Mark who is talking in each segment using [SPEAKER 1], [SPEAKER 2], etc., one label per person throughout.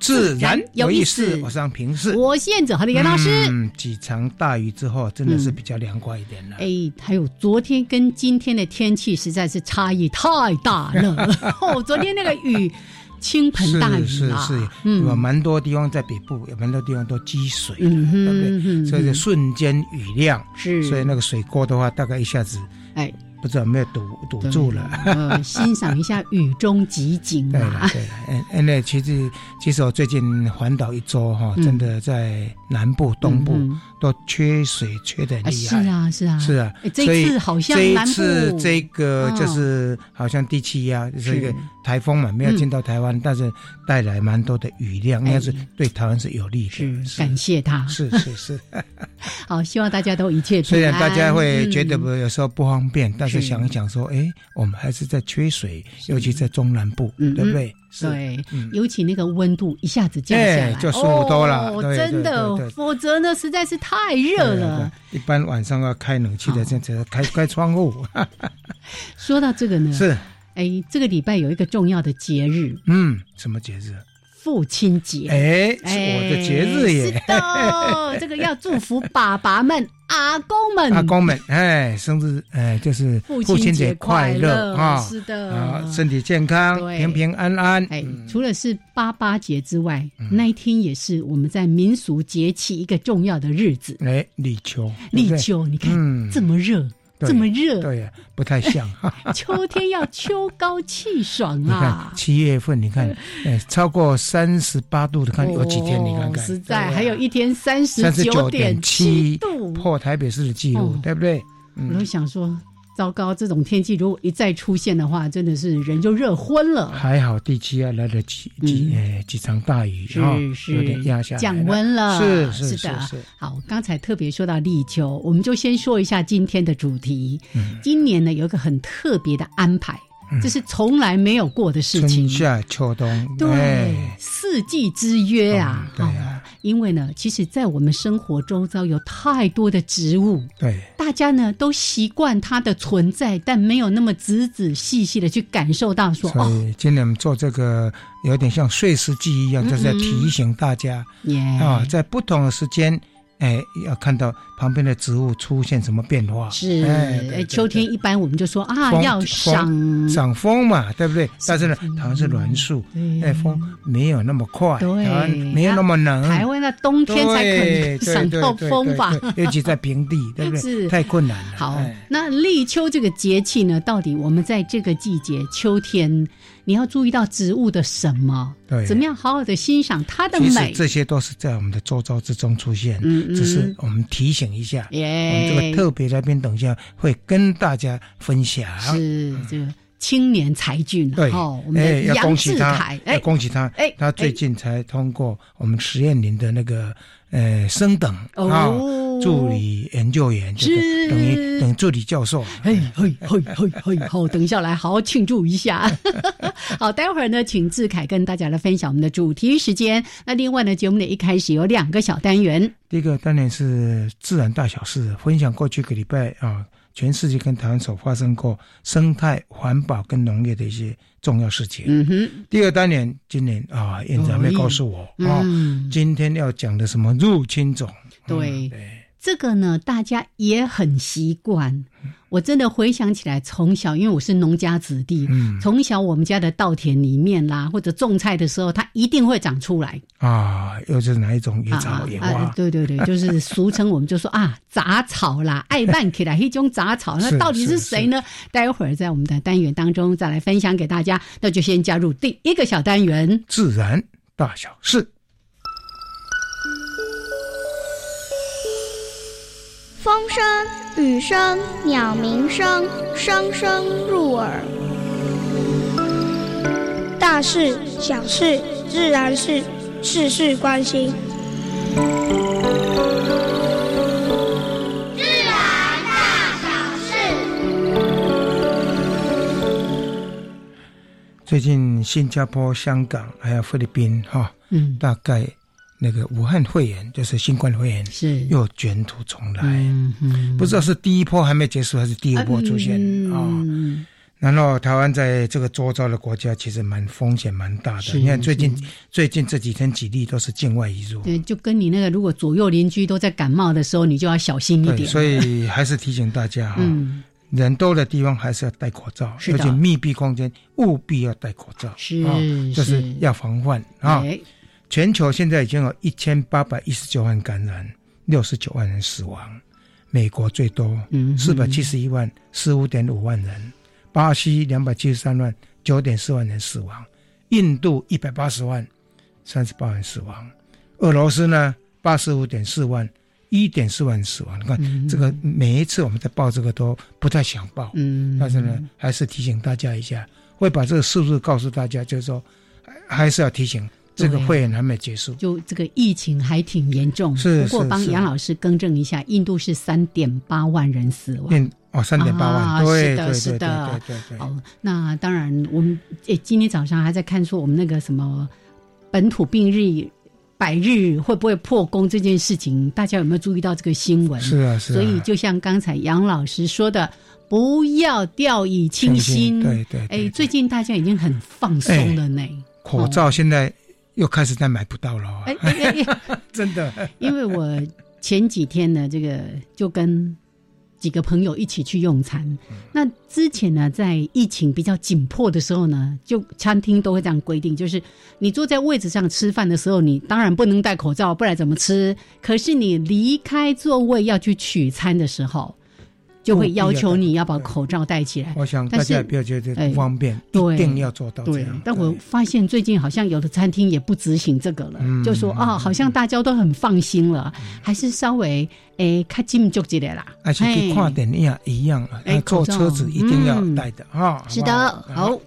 [SPEAKER 1] 自然有意
[SPEAKER 2] 自然有意思，
[SPEAKER 1] 思我是让平视。
[SPEAKER 2] 我现在和李岩老师。嗯
[SPEAKER 1] 嗯，几场大雨之后，真的是比较凉快一点了。
[SPEAKER 2] 哎，还有昨天跟今天的天气实在是差异太大了。 哦，昨天那个雨，倾盆
[SPEAKER 1] 是
[SPEAKER 2] 大雨
[SPEAKER 1] 是
[SPEAKER 2] 啊，
[SPEAKER 1] 是，有
[SPEAKER 2] 嗯
[SPEAKER 1] 蛮多地方在北部，有蛮多地方都积水了，
[SPEAKER 2] 嗯哼
[SPEAKER 1] 对不对？
[SPEAKER 2] 嗯哼
[SPEAKER 1] 所以就瞬间雨量，
[SPEAKER 2] 是，
[SPEAKER 1] 所以那个水沟的话，大概一下子
[SPEAKER 2] 哎
[SPEAKER 1] 不知道有没有堵堵住了。
[SPEAKER 2] 呃，欣赏一下雨中集景
[SPEAKER 1] 对了
[SPEAKER 2] 啊，
[SPEAKER 1] 对了，嗯嗯，那其实其实我最近环岛一周哈，
[SPEAKER 2] 嗯
[SPEAKER 1] 真的在南部、东部
[SPEAKER 2] 嗯
[SPEAKER 1] 都缺水缺的
[SPEAKER 2] 啊
[SPEAKER 1] 厉
[SPEAKER 2] 是
[SPEAKER 1] 害。
[SPEAKER 2] 啊是啊
[SPEAKER 1] 是，啊
[SPEAKER 2] 哎，这一
[SPEAKER 1] 所以
[SPEAKER 2] 次好像
[SPEAKER 1] 这一
[SPEAKER 2] 南部
[SPEAKER 1] 次这个
[SPEAKER 2] 嗯
[SPEAKER 1] 就是好像第七呀，就是一个台风嘛，没有进到台湾，但是带来蛮多的雨量，
[SPEAKER 2] 嗯哎
[SPEAKER 1] 应该是对台湾是有利
[SPEAKER 2] 是
[SPEAKER 1] 的。
[SPEAKER 2] 感谢他，
[SPEAKER 1] 是 是是，
[SPEAKER 2] 好，希望大家都一切平安
[SPEAKER 1] 虽然大家会觉得
[SPEAKER 2] 嗯
[SPEAKER 1] 有时候不方便，但是
[SPEAKER 2] 是
[SPEAKER 1] 想一想说，哎，我们还是在缺水，尤其在中南部，
[SPEAKER 2] 嗯
[SPEAKER 1] 对不对？是，
[SPEAKER 2] 对
[SPEAKER 1] 嗯，
[SPEAKER 2] 尤其那个温度一下子降下来，
[SPEAKER 1] 哎就15多了
[SPEAKER 2] 哦
[SPEAKER 1] 对对
[SPEAKER 2] 真的
[SPEAKER 1] 对对，对
[SPEAKER 2] 否则呢实在是太热
[SPEAKER 1] 对
[SPEAKER 2] 了。。哦
[SPEAKER 1] 对一般晚上要开冷气的，
[SPEAKER 2] 好
[SPEAKER 1] 这这开开窗 户
[SPEAKER 2] 说到这个呢，
[SPEAKER 1] 是，
[SPEAKER 2] 哎，这个礼拜有一个重要的节日
[SPEAKER 1] 嗯，什么节日？
[SPEAKER 2] ——父亲节。
[SPEAKER 1] 哎，是我的节日
[SPEAKER 2] 哎
[SPEAKER 1] 耶
[SPEAKER 2] 是！的，这个要祝福爸爸们、阿公们、
[SPEAKER 1] 阿公们，哎，生日，哎，就是
[SPEAKER 2] 父
[SPEAKER 1] 亲
[SPEAKER 2] 节
[SPEAKER 1] 节快
[SPEAKER 2] 乐
[SPEAKER 1] 啊！
[SPEAKER 2] 是
[SPEAKER 1] 啊
[SPEAKER 2] 的，，
[SPEAKER 1] 身体健康，
[SPEAKER 2] 对
[SPEAKER 1] 平平安安。
[SPEAKER 2] 哎
[SPEAKER 1] 嗯，
[SPEAKER 2] 除了是八八节之外，那一天也是我们在民俗节气一个重要的日子。
[SPEAKER 1] 哎，立秋，对不
[SPEAKER 2] 立
[SPEAKER 1] 对，
[SPEAKER 2] 秋，你看
[SPEAKER 1] 嗯
[SPEAKER 2] 这么热，
[SPEAKER 1] 对
[SPEAKER 2] 这么热，
[SPEAKER 1] 对呀，不 太像。哈哈
[SPEAKER 2] 秋天要秋高气爽
[SPEAKER 1] 你看
[SPEAKER 2] 啊！
[SPEAKER 1] 七月份，你 看，哎，超过三十八度的，看有几天？
[SPEAKER 2] 哦
[SPEAKER 1] 你看看，啊
[SPEAKER 2] 实在还有一天三十
[SPEAKER 1] 三十
[SPEAKER 2] 九
[SPEAKER 1] 九点
[SPEAKER 2] 点
[SPEAKER 1] 七
[SPEAKER 2] 度，
[SPEAKER 1] 破嗯台北市的记录
[SPEAKER 2] 哦，
[SPEAKER 1] 对不对？
[SPEAKER 2] 我都想说，糟糕，这种天气如果一再出现的话，真的是人就热昏了。
[SPEAKER 1] 还好第七啊来了几几哎几场大雨
[SPEAKER 2] 是
[SPEAKER 1] 哈，
[SPEAKER 2] 嗯是
[SPEAKER 1] 有点压下来了
[SPEAKER 2] 降温了
[SPEAKER 1] 是是
[SPEAKER 2] 是的
[SPEAKER 1] 是，
[SPEAKER 2] 好，刚才特别说到立秋，我们就先说一下今天的主题。
[SPEAKER 1] 嗯
[SPEAKER 2] 今年呢有一个很特别的安排，这是从来没有过的事情
[SPEAKER 1] 春。夏秋冬，
[SPEAKER 2] 对
[SPEAKER 1] 哎，
[SPEAKER 2] 四季之约啊，
[SPEAKER 1] 嗯对啊
[SPEAKER 2] 哦因为呢，其实，在我们生活周遭有太多的植物，
[SPEAKER 1] 对，
[SPEAKER 2] 大家呢都习惯它的存在，但没有那么仔仔细细的去感受到说，
[SPEAKER 1] 所
[SPEAKER 2] 哦，
[SPEAKER 1] 以今年我们做这个有点像碎石记忆一样，就是在提醒大家
[SPEAKER 2] 耶
[SPEAKER 1] 啊，在不同的时间，哎，要看到旁边的植物出现什么变化。
[SPEAKER 2] 是，
[SPEAKER 1] 哎
[SPEAKER 2] 哎
[SPEAKER 1] 对对
[SPEAKER 2] 秋天一般我们就说啊，
[SPEAKER 1] 风
[SPEAKER 2] 要赏
[SPEAKER 1] 风赏枫嘛，对不对？但是呢，
[SPEAKER 2] 赏枫
[SPEAKER 1] 台湾是栾树，
[SPEAKER 2] 对
[SPEAKER 1] 哎，风没有那么快，
[SPEAKER 2] 对哎
[SPEAKER 1] 台湾没有那么冷。
[SPEAKER 2] 台湾的冬天才
[SPEAKER 1] 嗯对
[SPEAKER 2] 肯
[SPEAKER 1] 对
[SPEAKER 2] 赏
[SPEAKER 1] 对
[SPEAKER 2] 到
[SPEAKER 1] 对
[SPEAKER 2] 风
[SPEAKER 1] 对
[SPEAKER 2] 吧。
[SPEAKER 1] 对尤其在平地，对 不
[SPEAKER 2] 是
[SPEAKER 1] 对？太困难了。
[SPEAKER 2] 好
[SPEAKER 1] 哎，
[SPEAKER 2] 那立秋这个节气呢，到底我们在这个季节秋天，你要注意到植物的什么？
[SPEAKER 1] 对
[SPEAKER 2] 怎么样好好的欣赏它的
[SPEAKER 1] 其实
[SPEAKER 2] 美？
[SPEAKER 1] 这些都是在我们的周遭之中出现，
[SPEAKER 2] 嗯嗯
[SPEAKER 1] 只是我们提醒一下。我们这
[SPEAKER 2] 耶，
[SPEAKER 1] 个特别来宾等一下会跟大家分享。
[SPEAKER 2] 是这个青年才俊啊
[SPEAKER 1] 嗯对，
[SPEAKER 2] 哦，我们
[SPEAKER 1] 哎，
[SPEAKER 2] 的
[SPEAKER 1] 要
[SPEAKER 2] 杨
[SPEAKER 1] 恭喜
[SPEAKER 2] 志
[SPEAKER 1] 他
[SPEAKER 2] 凯，，
[SPEAKER 1] 要
[SPEAKER 2] 哎，
[SPEAKER 1] 恭喜他
[SPEAKER 2] 哎，
[SPEAKER 1] 他最近才通过我们实验林的那个呃升等
[SPEAKER 2] 哦
[SPEAKER 1] 啊，助理研究员，这
[SPEAKER 2] 是
[SPEAKER 1] 个等于等于助理教授。啊
[SPEAKER 2] 嘿嘿嘿嘿嘿，好，等一下来好好庆祝一 下。好，待会儿呢，请志凯跟大家来分享我们的主题时间。那另外呢，节目的一开始有两个小单元，
[SPEAKER 1] 第一个当然是自然大小事，分享过去个礼拜啊，全世界跟台湾所发生过生态、环保跟农业的一些重要事情。
[SPEAKER 2] 嗯哼，
[SPEAKER 1] 第二单元今年啊，院长没告诉我啊，
[SPEAKER 2] 嗯，
[SPEAKER 1] 今天要讲的什么入侵种？
[SPEAKER 2] 对
[SPEAKER 1] 嗯对，
[SPEAKER 2] 这个呢，大家也很习惯。我真的回想起来，从小因为我是农家子弟，
[SPEAKER 1] 嗯
[SPEAKER 2] 从小我们家的稻田里面啦，或者种菜的时候，它一定会长出来
[SPEAKER 1] 啊，又是哪一种野
[SPEAKER 2] 啊
[SPEAKER 1] 草野花？
[SPEAKER 2] 对对 对，就是俗称我们就说啊杂草啦，爱办起来一种杂草，那
[SPEAKER 1] 是
[SPEAKER 2] 到底是
[SPEAKER 1] 是
[SPEAKER 2] 谁呢？待会儿在我们的单元当中再来分享给大家。那就先加入第一个小单元。
[SPEAKER 1] 自然大小事，
[SPEAKER 3] 风声、雨声、鸟鸣声，声声入耳。大事、小事、自然是，事事关心。
[SPEAKER 1] 最近新加坡、香港还有菲律宾哈、
[SPEAKER 2] 嗯，
[SPEAKER 1] 大概那个武汉肺炎就是新冠肺炎
[SPEAKER 2] 是，
[SPEAKER 1] 又卷土重来，
[SPEAKER 2] 嗯嗯
[SPEAKER 1] 不知道是第一波还没结束，还是第二波出现啊、
[SPEAKER 2] 嗯
[SPEAKER 1] 然后台湾在这个周遭的国家其实蛮风险蛮大的，
[SPEAKER 2] 是
[SPEAKER 1] 你看最近
[SPEAKER 2] 是嗯
[SPEAKER 1] 最近这几天几例都是境外移入，
[SPEAKER 2] 对，就跟你那个，如果左右邻居都在感冒的时候，你就要小心一
[SPEAKER 1] 对，
[SPEAKER 2] 点。
[SPEAKER 1] 所以啊还是提醒大家哈、
[SPEAKER 2] 嗯，
[SPEAKER 1] 人多的地方还是要戴口罩，
[SPEAKER 2] 是
[SPEAKER 1] 而
[SPEAKER 2] 的
[SPEAKER 1] 且密闭空间务必要戴口罩，
[SPEAKER 2] 是
[SPEAKER 1] 啊
[SPEAKER 2] 是
[SPEAKER 1] 就是要防范啊。
[SPEAKER 2] 哎
[SPEAKER 1] 全球现在已经有一千八百一十九万感染，六十九万人死亡，美国最多，
[SPEAKER 2] 嗯
[SPEAKER 1] 四百七十一万，十五点五万人；巴西两百七十三万，九点四万人死亡；印度一百八十万，三十八人死亡；俄罗斯呢，八十五点四万，一点四万人死亡。你看、
[SPEAKER 2] 嗯
[SPEAKER 1] 这个，每一次我们在报这个都不太想报，
[SPEAKER 2] 嗯，
[SPEAKER 1] 但是呢，还是提醒大家一下，会把这个数字告诉大家，就是说，还还是要提醒这个
[SPEAKER 2] 对
[SPEAKER 1] 会员还没结束。
[SPEAKER 2] 就这个疫情还挺严重，
[SPEAKER 1] 是
[SPEAKER 2] 不过
[SPEAKER 1] 是
[SPEAKER 2] 帮
[SPEAKER 1] 是
[SPEAKER 2] 杨老师更正一下，印度是三点八万人死亡。
[SPEAKER 1] 嗯，哦，三点八
[SPEAKER 2] 啊
[SPEAKER 1] 万，对
[SPEAKER 2] 是的
[SPEAKER 1] 对
[SPEAKER 2] 是
[SPEAKER 1] 对对
[SPEAKER 2] 的
[SPEAKER 1] 对对对，
[SPEAKER 2] 哦，那当然，我们诶，今天早上还在看说我们那个什么本土病日百日会不会破功这件事情，大家有没有注意到这个新闻？
[SPEAKER 1] 是啊是啊。
[SPEAKER 2] 所以就像刚才杨老师说的，不要掉以轻心。
[SPEAKER 1] 对哎对，对
[SPEAKER 2] 哎，
[SPEAKER 1] 对
[SPEAKER 2] 最近大家已经很放松了呢。
[SPEAKER 1] 口罩现在又开始在买不到了哦，
[SPEAKER 2] 哎哎哎哎，
[SPEAKER 1] 真的。
[SPEAKER 2] 因为我前几天呢，这个就跟几个朋友一起去用餐。那之前呢，在疫情比较紧迫的时候呢，就餐厅都会这样规定，就是你坐在位置上吃饭的时候，你当然不能戴口罩，不然怎么吃？可是你离开座位要去取餐的时候，就会要求你要把口罩戴起来。
[SPEAKER 1] 我想
[SPEAKER 2] 但
[SPEAKER 1] 大
[SPEAKER 2] 是
[SPEAKER 1] 家也不要觉得
[SPEAKER 2] 哎
[SPEAKER 1] 不方便，
[SPEAKER 2] 对
[SPEAKER 1] 一定要做到这
[SPEAKER 2] 对
[SPEAKER 1] 样。，
[SPEAKER 2] 但我
[SPEAKER 1] 对
[SPEAKER 2] 发现最近好像有的餐厅也不执行这个了，
[SPEAKER 1] 嗯
[SPEAKER 2] 就说啊、
[SPEAKER 1] 嗯
[SPEAKER 2] 好像大家都很放心了，还是稍微诶较进就一点啦。
[SPEAKER 1] 而且
[SPEAKER 2] 嘿
[SPEAKER 1] 去跨点一样一样啊
[SPEAKER 2] 哎，
[SPEAKER 1] 坐
[SPEAKER 2] 口罩
[SPEAKER 1] 车子一定要
[SPEAKER 2] 嗯
[SPEAKER 1] 戴的啊。
[SPEAKER 2] 是
[SPEAKER 1] 好
[SPEAKER 2] 的，
[SPEAKER 1] 不好。
[SPEAKER 2] 好，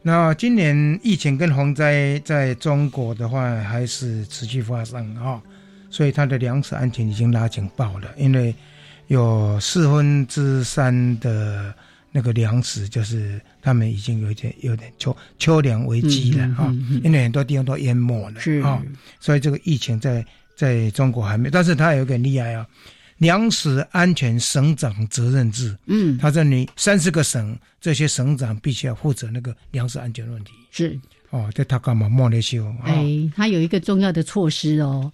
[SPEAKER 1] 那今年疫情跟洪灾在中国的话还是持续发生啊、所以它的粮食安全已经拉警报了，因为有四分之三的那个粮食就是他们已经有一点有点秋秋粮危机了
[SPEAKER 2] 嗯嗯
[SPEAKER 1] 啊、
[SPEAKER 2] 嗯嗯
[SPEAKER 1] 因为很多地方都淹没了
[SPEAKER 2] 是
[SPEAKER 1] 啊、所以这个疫情在在中国还没，但是它有一个很厉害啊、粮食安全省长责任制，
[SPEAKER 2] 嗯，
[SPEAKER 1] 他这里三十个省，这些省长必须要负责那个粮食安全问题。
[SPEAKER 2] 是，
[SPEAKER 1] 哦，在他干嘛莫内修？哦
[SPEAKER 2] 哎，它有一个重要的措施哦，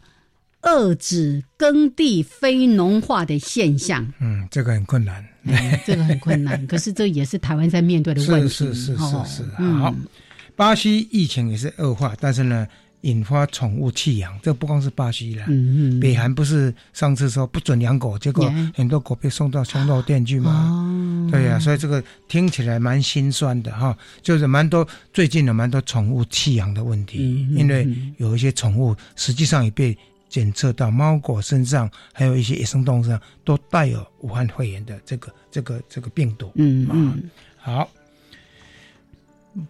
[SPEAKER 2] 遏制耕地非农化的现 象，
[SPEAKER 1] 嗯，这个很困难。
[SPEAKER 2] 哎，这个很困难，可是这也是台湾在面对的问
[SPEAKER 1] 是
[SPEAKER 2] 题，
[SPEAKER 1] 是是
[SPEAKER 2] 哦
[SPEAKER 1] 是是，
[SPEAKER 2] 嗯
[SPEAKER 1] 好。巴西疫情也是恶化，但是呢，引发宠物弃养，这不光是巴西啦。
[SPEAKER 2] 嗯
[SPEAKER 1] 北韩不是上次说不准养狗，结果
[SPEAKER 2] Yeah
[SPEAKER 1] 很多狗被送到凶肉店去
[SPEAKER 2] 嗯，
[SPEAKER 1] 嘛。
[SPEAKER 2] 哦，
[SPEAKER 1] 对呀、所以这个听起来蛮心酸的哈，就是蛮多最近有蛮多宠物弃养的问题，
[SPEAKER 2] 嗯嗯
[SPEAKER 1] 因为
[SPEAKER 2] 嗯
[SPEAKER 1] 有一些宠物实际上也被检测到猫狗身上，还有一些野生动物身上都带有武汉肺炎的这个这个这个病毒。
[SPEAKER 2] 嗯嗯，
[SPEAKER 1] 好，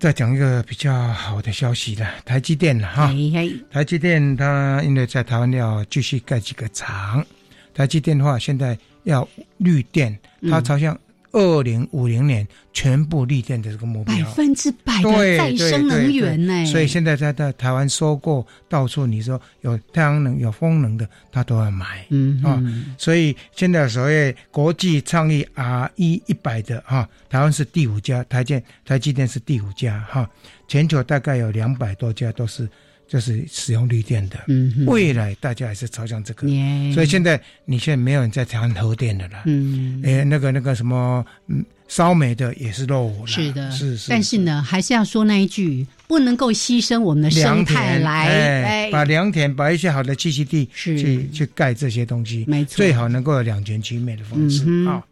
[SPEAKER 1] 再讲一个比较好的消息了，台积电了哈。
[SPEAKER 2] 哎哎，
[SPEAKER 1] 台积电它因为在台湾要继续盖几个厂，台积电的话现在要绿电，
[SPEAKER 2] 嗯
[SPEAKER 1] 它朝向二零五零年全部绿电的这个目标
[SPEAKER 2] 百。分之百的
[SPEAKER 1] 对
[SPEAKER 2] 再
[SPEAKER 1] 对
[SPEAKER 2] 生能
[SPEAKER 1] 对
[SPEAKER 2] 源呢、
[SPEAKER 1] 对所以现在在在台湾收购到处，你说有太阳能、有风能的，它都要买。
[SPEAKER 2] 嗯
[SPEAKER 1] 啊
[SPEAKER 2] 嗯
[SPEAKER 1] 所以现在所谓国际倡议 R E 一一百的哈、台湾是第五家，台建台积电是第五家哈、全球大概有两百多家都是就是使用绿电的。
[SPEAKER 2] 嗯哼，
[SPEAKER 1] 未来大家也是朝向这个，
[SPEAKER 2] 耶
[SPEAKER 1] 所以现在你现在没有人在谈核电的了。
[SPEAKER 2] 嗯。
[SPEAKER 1] 哎，那个那个什么，嗯，烧煤的也是落伍了。
[SPEAKER 2] 是的，
[SPEAKER 1] 是是。
[SPEAKER 2] 但是呢，还是要说那一句，不能够牺牲我们的生
[SPEAKER 1] 良
[SPEAKER 2] 态
[SPEAKER 1] 田
[SPEAKER 2] 来，
[SPEAKER 1] 哎，把良田，把一些好的栖息地
[SPEAKER 2] 是
[SPEAKER 1] 去去盖这些东西，
[SPEAKER 2] 没错
[SPEAKER 1] 最好能够有两全其美的方式
[SPEAKER 2] 嗯哼
[SPEAKER 1] 啊。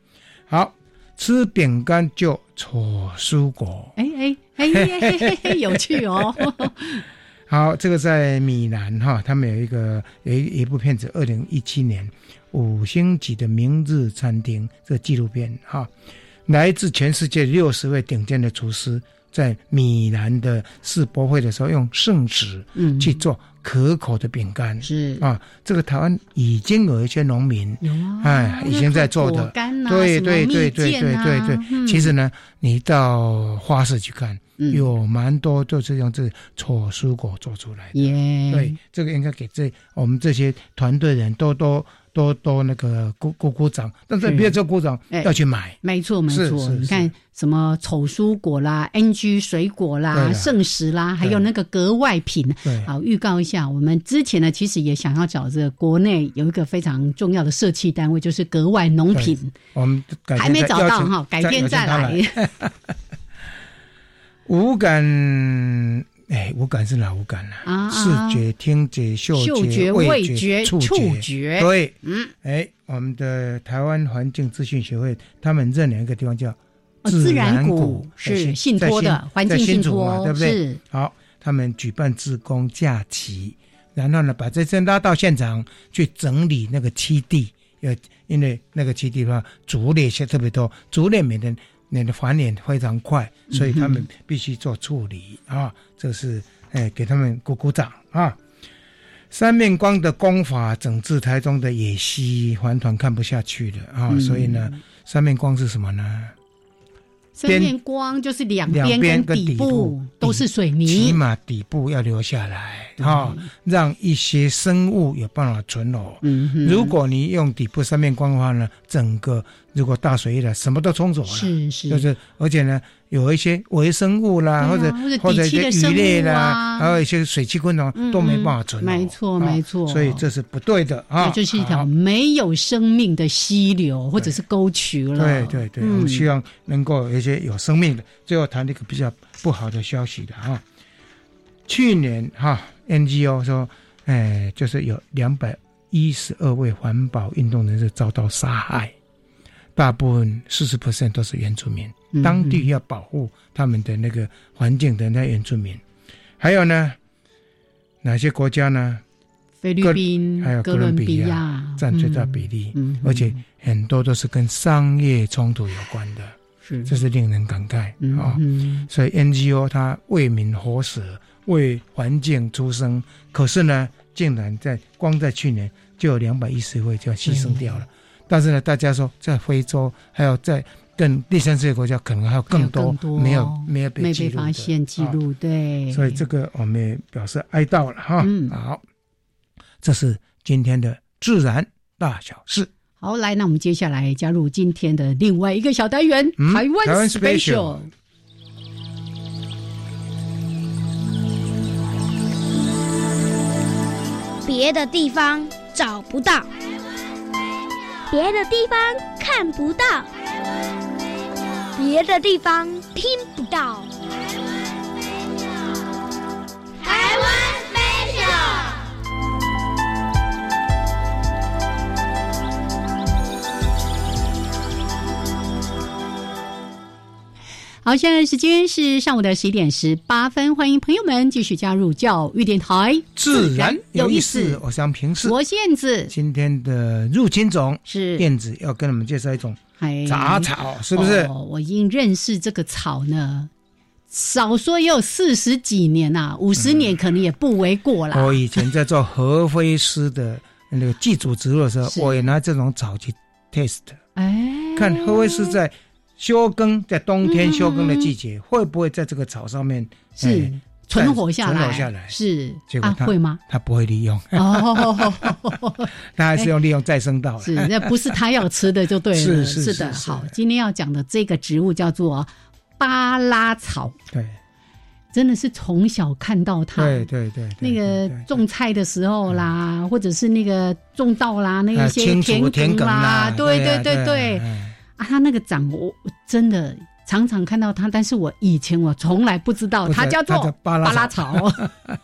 [SPEAKER 1] 好，吃饼干就错蔬果。
[SPEAKER 2] 哎哎哎哎嘿嘿嘿，有趣哦，
[SPEAKER 1] 好，这个在米兰哈，他们有一个有一一部片子，二零一七年五星级的明日餐厅这个纪录片哈，来自全世界六十位顶尖的厨师，在米兰的世博会的时候，用圣旨
[SPEAKER 2] 嗯，
[SPEAKER 1] 去做可口的饼干。
[SPEAKER 2] 是
[SPEAKER 1] 啊，这个台湾已经有一些农民，
[SPEAKER 2] 有啊，
[SPEAKER 1] 哎以前在做的
[SPEAKER 2] 果干呐，
[SPEAKER 1] 对
[SPEAKER 2] 什么
[SPEAKER 1] 对对
[SPEAKER 2] 蜜
[SPEAKER 1] 对对
[SPEAKER 2] 饯啊
[SPEAKER 1] 对对，
[SPEAKER 2] 嗯
[SPEAKER 1] 其实呢，你到花市去看，
[SPEAKER 2] 嗯
[SPEAKER 1] 有蛮多都是用这错蔬果做出来的。
[SPEAKER 2] 耶，
[SPEAKER 1] 对，这个应该给这我们这些团队人多多多多那个鼓鼓鼓掌，但是
[SPEAKER 2] 是
[SPEAKER 1] 不要做鼓掌，
[SPEAKER 2] 哎
[SPEAKER 1] 要去买。
[SPEAKER 2] 没错，没
[SPEAKER 1] 是
[SPEAKER 2] 错。
[SPEAKER 1] 是
[SPEAKER 2] 你
[SPEAKER 1] 是
[SPEAKER 2] 看什么丑蔬果啦、NG 水果
[SPEAKER 1] 对
[SPEAKER 2] 啦、
[SPEAKER 1] 啦
[SPEAKER 2] 剩食啦，还有那个格外品。
[SPEAKER 1] 对，
[SPEAKER 2] 好，预告一下，我们之前呢，其实也想要找这个国内有一个非常重要的社企单位，就是格外农品，
[SPEAKER 1] 我们改
[SPEAKER 2] 还
[SPEAKER 1] 天
[SPEAKER 2] 没
[SPEAKER 1] 再
[SPEAKER 2] 找
[SPEAKER 1] 邀
[SPEAKER 2] 到
[SPEAKER 1] 请
[SPEAKER 2] 哈，改天再。
[SPEAKER 1] 邀
[SPEAKER 2] 来啊
[SPEAKER 1] 请。他五感，哎，五感是哪五感呢？
[SPEAKER 2] 啊
[SPEAKER 1] 视
[SPEAKER 2] 啊
[SPEAKER 1] 觉、听觉、
[SPEAKER 2] 嗅觉、
[SPEAKER 1] 觉、
[SPEAKER 2] 味
[SPEAKER 1] 觉、
[SPEAKER 2] 觉、
[SPEAKER 1] 触
[SPEAKER 2] 触觉，
[SPEAKER 1] 对，
[SPEAKER 2] 嗯，
[SPEAKER 1] 哎，我们的台湾环境资讯协会，他们认两个地方叫
[SPEAKER 2] 哦自然
[SPEAKER 1] 然哎
[SPEAKER 2] 谷
[SPEAKER 1] 在
[SPEAKER 2] 是
[SPEAKER 1] 新
[SPEAKER 2] 信
[SPEAKER 1] 在
[SPEAKER 2] 托
[SPEAKER 1] 新
[SPEAKER 2] 的环
[SPEAKER 1] 在
[SPEAKER 2] 境信
[SPEAKER 1] 新竹嘛
[SPEAKER 2] 托，
[SPEAKER 1] 对不对？
[SPEAKER 2] 是
[SPEAKER 1] 好，他们举办志工假期，然后呢，把这些拉到现场去整理那个基地，呃，因为那个基地的话，竹类是特别多，竹类每年你的繁衍非常快，所以他们必须做处理啊。这是哎，给他们鼓鼓掌啊！三面光的功法整治台中的野溪，环团看不下去了啊，
[SPEAKER 2] 嗯
[SPEAKER 1] 所以呢，三面光是什么呢？
[SPEAKER 2] 三
[SPEAKER 1] 边
[SPEAKER 2] 面光就是两
[SPEAKER 1] 两边
[SPEAKER 2] 边
[SPEAKER 1] 跟
[SPEAKER 2] 底
[SPEAKER 1] 底
[SPEAKER 2] 部
[SPEAKER 1] 部
[SPEAKER 2] 都是水
[SPEAKER 1] 起
[SPEAKER 2] 泥，
[SPEAKER 1] 码底部要留下来
[SPEAKER 2] 嗯
[SPEAKER 1] 啊、让一些生物有办法存活。
[SPEAKER 2] 嗯哼，
[SPEAKER 1] 如果你用底部三面光的话呢，整个如果大水一来，什么都冲走了，
[SPEAKER 2] 是是
[SPEAKER 1] 就是而且呢，有一些微生物啦，
[SPEAKER 2] 对啊
[SPEAKER 1] 或者
[SPEAKER 2] 或者
[SPEAKER 1] 一
[SPEAKER 2] 底栖的
[SPEAKER 1] 些鱼类啦，
[SPEAKER 2] 生物啊
[SPEAKER 1] 还有一些水栖昆虫、
[SPEAKER 2] 嗯
[SPEAKER 1] 都没办法存活。
[SPEAKER 2] 没错
[SPEAKER 1] 啊
[SPEAKER 2] 没错
[SPEAKER 1] 所以这是不对的啊，
[SPEAKER 2] 那就是一条
[SPEAKER 1] 好
[SPEAKER 2] 没有生命的溪流或者是沟渠了。
[SPEAKER 1] 对对对，我
[SPEAKER 2] 嗯
[SPEAKER 1] 们希望能够有一些有生命的。最后谈一个比较不好的消息的哈，去年哈 NGO 说，哎，就是有两百一十二位环保运动人士遭到杀害，大部分四十 percent 都是原住民，
[SPEAKER 2] 嗯
[SPEAKER 1] 当地要保护他们的那个环境的那原住民。还有呢，哪些国家呢
[SPEAKER 2] 菲律宾
[SPEAKER 1] 还有
[SPEAKER 2] 哥
[SPEAKER 1] 哥
[SPEAKER 2] 伦
[SPEAKER 1] 伦比
[SPEAKER 2] 比
[SPEAKER 1] 亚
[SPEAKER 2] 亚
[SPEAKER 1] 占最大比
[SPEAKER 2] 例，
[SPEAKER 1] 例？
[SPEAKER 2] 嗯，嗯
[SPEAKER 1] 而且很多都是跟商业冲突有关的。
[SPEAKER 2] 是
[SPEAKER 1] 这是令人感慨啊、
[SPEAKER 2] 嗯嗯
[SPEAKER 1] 所以 NGO 它为民喉舌，为环境出声，可是呢，竟然在光在去年就有两百一十位就要牺牲掉了。
[SPEAKER 2] 嗯
[SPEAKER 1] 但是呢，大家说在非洲，还有在更第三世界国家，可能还有更
[SPEAKER 2] 还有
[SPEAKER 1] 多
[SPEAKER 2] 更多
[SPEAKER 1] 没有没有被
[SPEAKER 2] 没
[SPEAKER 1] 记
[SPEAKER 2] 被
[SPEAKER 1] 录的
[SPEAKER 2] 发现记
[SPEAKER 1] 啊
[SPEAKER 2] 录，对，
[SPEAKER 1] 所以这个我们也表示哀悼了哈。
[SPEAKER 2] 嗯
[SPEAKER 1] 好，这是今天的自然大小事。
[SPEAKER 2] 好来，那我们接下来加入今天的另外一个小单元——
[SPEAKER 1] 嗯
[SPEAKER 2] 台
[SPEAKER 1] 台
[SPEAKER 2] 湾
[SPEAKER 1] 湾
[SPEAKER 2] special
[SPEAKER 1] special。
[SPEAKER 3] 别的地方找不到，别的地方看不到，别的地方听不到。台湾 special。
[SPEAKER 2] 好，现在时间是上午的十一点十八分，欢迎朋友们继续加入教育电台，
[SPEAKER 1] 自然有
[SPEAKER 2] 有
[SPEAKER 1] 意
[SPEAKER 2] 意
[SPEAKER 1] 思
[SPEAKER 2] 思，
[SPEAKER 1] 我想平视。
[SPEAKER 2] 我燕子
[SPEAKER 1] 今天的入侵种
[SPEAKER 2] 是
[SPEAKER 1] 电子要跟我们介绍一种
[SPEAKER 2] 还
[SPEAKER 1] 杂草，是不是？
[SPEAKER 2] 哎哦？我已经认识这个草呢，少说也有四十几年呐、五十年可能也不为过啦。
[SPEAKER 1] 我以前在做合肥师的那个祭祖植物的时候
[SPEAKER 2] 是，
[SPEAKER 1] 我也拿这种草去 test，
[SPEAKER 2] 哎，
[SPEAKER 1] 看合肥师在休耕，在冬
[SPEAKER 2] 嗯
[SPEAKER 1] 天休耕的季节，会不会在这个草上面
[SPEAKER 2] 是
[SPEAKER 1] 哎
[SPEAKER 2] 存活下来，
[SPEAKER 1] 存活下来
[SPEAKER 2] 是
[SPEAKER 1] 结果
[SPEAKER 2] 啊，
[SPEAKER 1] 他
[SPEAKER 2] 会 吗？
[SPEAKER 1] 它不会利用，
[SPEAKER 2] 哦，
[SPEAKER 1] 它还是用利用再生稻了。
[SPEAKER 2] 是那不是他要吃的就对了，
[SPEAKER 1] 是是
[SPEAKER 2] 的。
[SPEAKER 1] 是是
[SPEAKER 2] 好，今天要讲的这个植物叫做巴拉草，
[SPEAKER 1] 对，
[SPEAKER 2] 真的是从小看到他。
[SPEAKER 1] 对对对，对
[SPEAKER 2] 那个
[SPEAKER 1] 对对嗯
[SPEAKER 2] 种菜的时候啦，或者是那个种稻啦，那
[SPEAKER 1] 啊
[SPEAKER 2] 一些
[SPEAKER 1] 清除
[SPEAKER 2] 田
[SPEAKER 1] 田埂
[SPEAKER 2] 啦，对
[SPEAKER 1] 对
[SPEAKER 2] 对
[SPEAKER 1] 啊
[SPEAKER 2] 对
[SPEAKER 1] 啊
[SPEAKER 2] 对，
[SPEAKER 1] 哎
[SPEAKER 2] 啊，他那个长我我真的常常看到他，但是我以前我从来不知道
[SPEAKER 1] 不是
[SPEAKER 2] 他叫
[SPEAKER 1] 它
[SPEAKER 2] 做巴
[SPEAKER 1] 巴
[SPEAKER 2] 拉
[SPEAKER 1] 拉。
[SPEAKER 2] 草。
[SPEAKER 1] 哎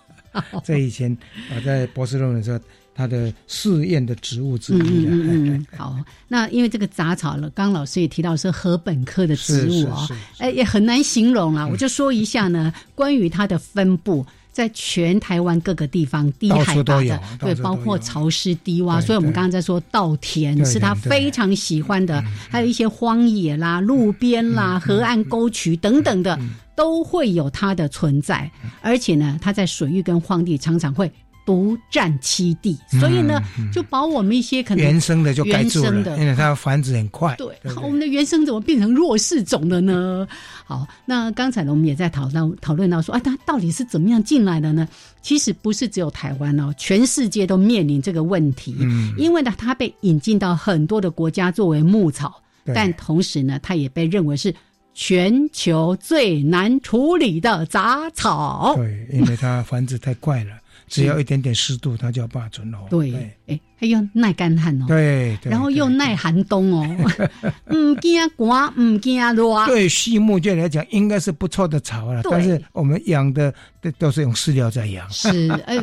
[SPEAKER 1] 这以前我在博士论文的时候，它的试验的植物之
[SPEAKER 2] 嗯
[SPEAKER 1] 一啊。
[SPEAKER 2] 嗯嗯
[SPEAKER 1] 哎
[SPEAKER 2] 嗯，好。那因为这个杂草了，刚老师也提到是禾本科的植物哦，
[SPEAKER 1] 是是是
[SPEAKER 2] 哎，也很难形容啊
[SPEAKER 1] 嗯
[SPEAKER 2] 啦。我就说一下呢，关于它的分布，在全台湾各个地方低
[SPEAKER 1] 到
[SPEAKER 2] 海
[SPEAKER 1] 处
[SPEAKER 2] 拔
[SPEAKER 1] 都有
[SPEAKER 2] 的，
[SPEAKER 1] 到
[SPEAKER 2] 对，
[SPEAKER 1] 处
[SPEAKER 2] 包
[SPEAKER 1] 都
[SPEAKER 2] 括
[SPEAKER 1] 有
[SPEAKER 2] 潮湿低洼，
[SPEAKER 1] 对
[SPEAKER 2] 所以我们
[SPEAKER 1] 对
[SPEAKER 2] 刚刚在说稻田
[SPEAKER 1] 对
[SPEAKER 2] 是他
[SPEAKER 1] 对对嗯
[SPEAKER 2] 非常喜欢的，还有一些荒野啦、路边啦、河岸沟渠等等
[SPEAKER 1] 嗯
[SPEAKER 2] 的，都会有它的存在。而且呢，它在水域跟荒地常常会。独占其地，所以呢，就把我们一些可能
[SPEAKER 1] 嗯原生的就盖住
[SPEAKER 2] 原生，
[SPEAKER 1] 了
[SPEAKER 2] 的
[SPEAKER 1] 因为它繁殖很快。
[SPEAKER 2] 对，
[SPEAKER 1] 不
[SPEAKER 2] 好我们的原生怎么变成弱势种了 呢？好，那刚才呢，我们也在讨论讨论到说，啊，它到底是怎么样进来的呢？其实不是只有台湾哦，全世界都面临这个问题，
[SPEAKER 1] 嗯，
[SPEAKER 2] 因为呢，它被引进到很多的国家作为牧草，
[SPEAKER 1] 对
[SPEAKER 2] 但同时呢，它也被认为是全球最难处理的杂草。
[SPEAKER 1] 对，因为它繁殖太 快了，只要一点点湿度，它就要把它存活。
[SPEAKER 2] 对，
[SPEAKER 1] 对
[SPEAKER 2] 哎，还有耐干旱哦，
[SPEAKER 1] 对，对
[SPEAKER 2] 然后又耐寒冬哦， 唔惊寒，唔惊热。
[SPEAKER 1] 对畜牧界来讲，应该是不错的草了，
[SPEAKER 2] 对
[SPEAKER 1] 但是我们养的都都是用饲料在养，
[SPEAKER 2] 是，呃，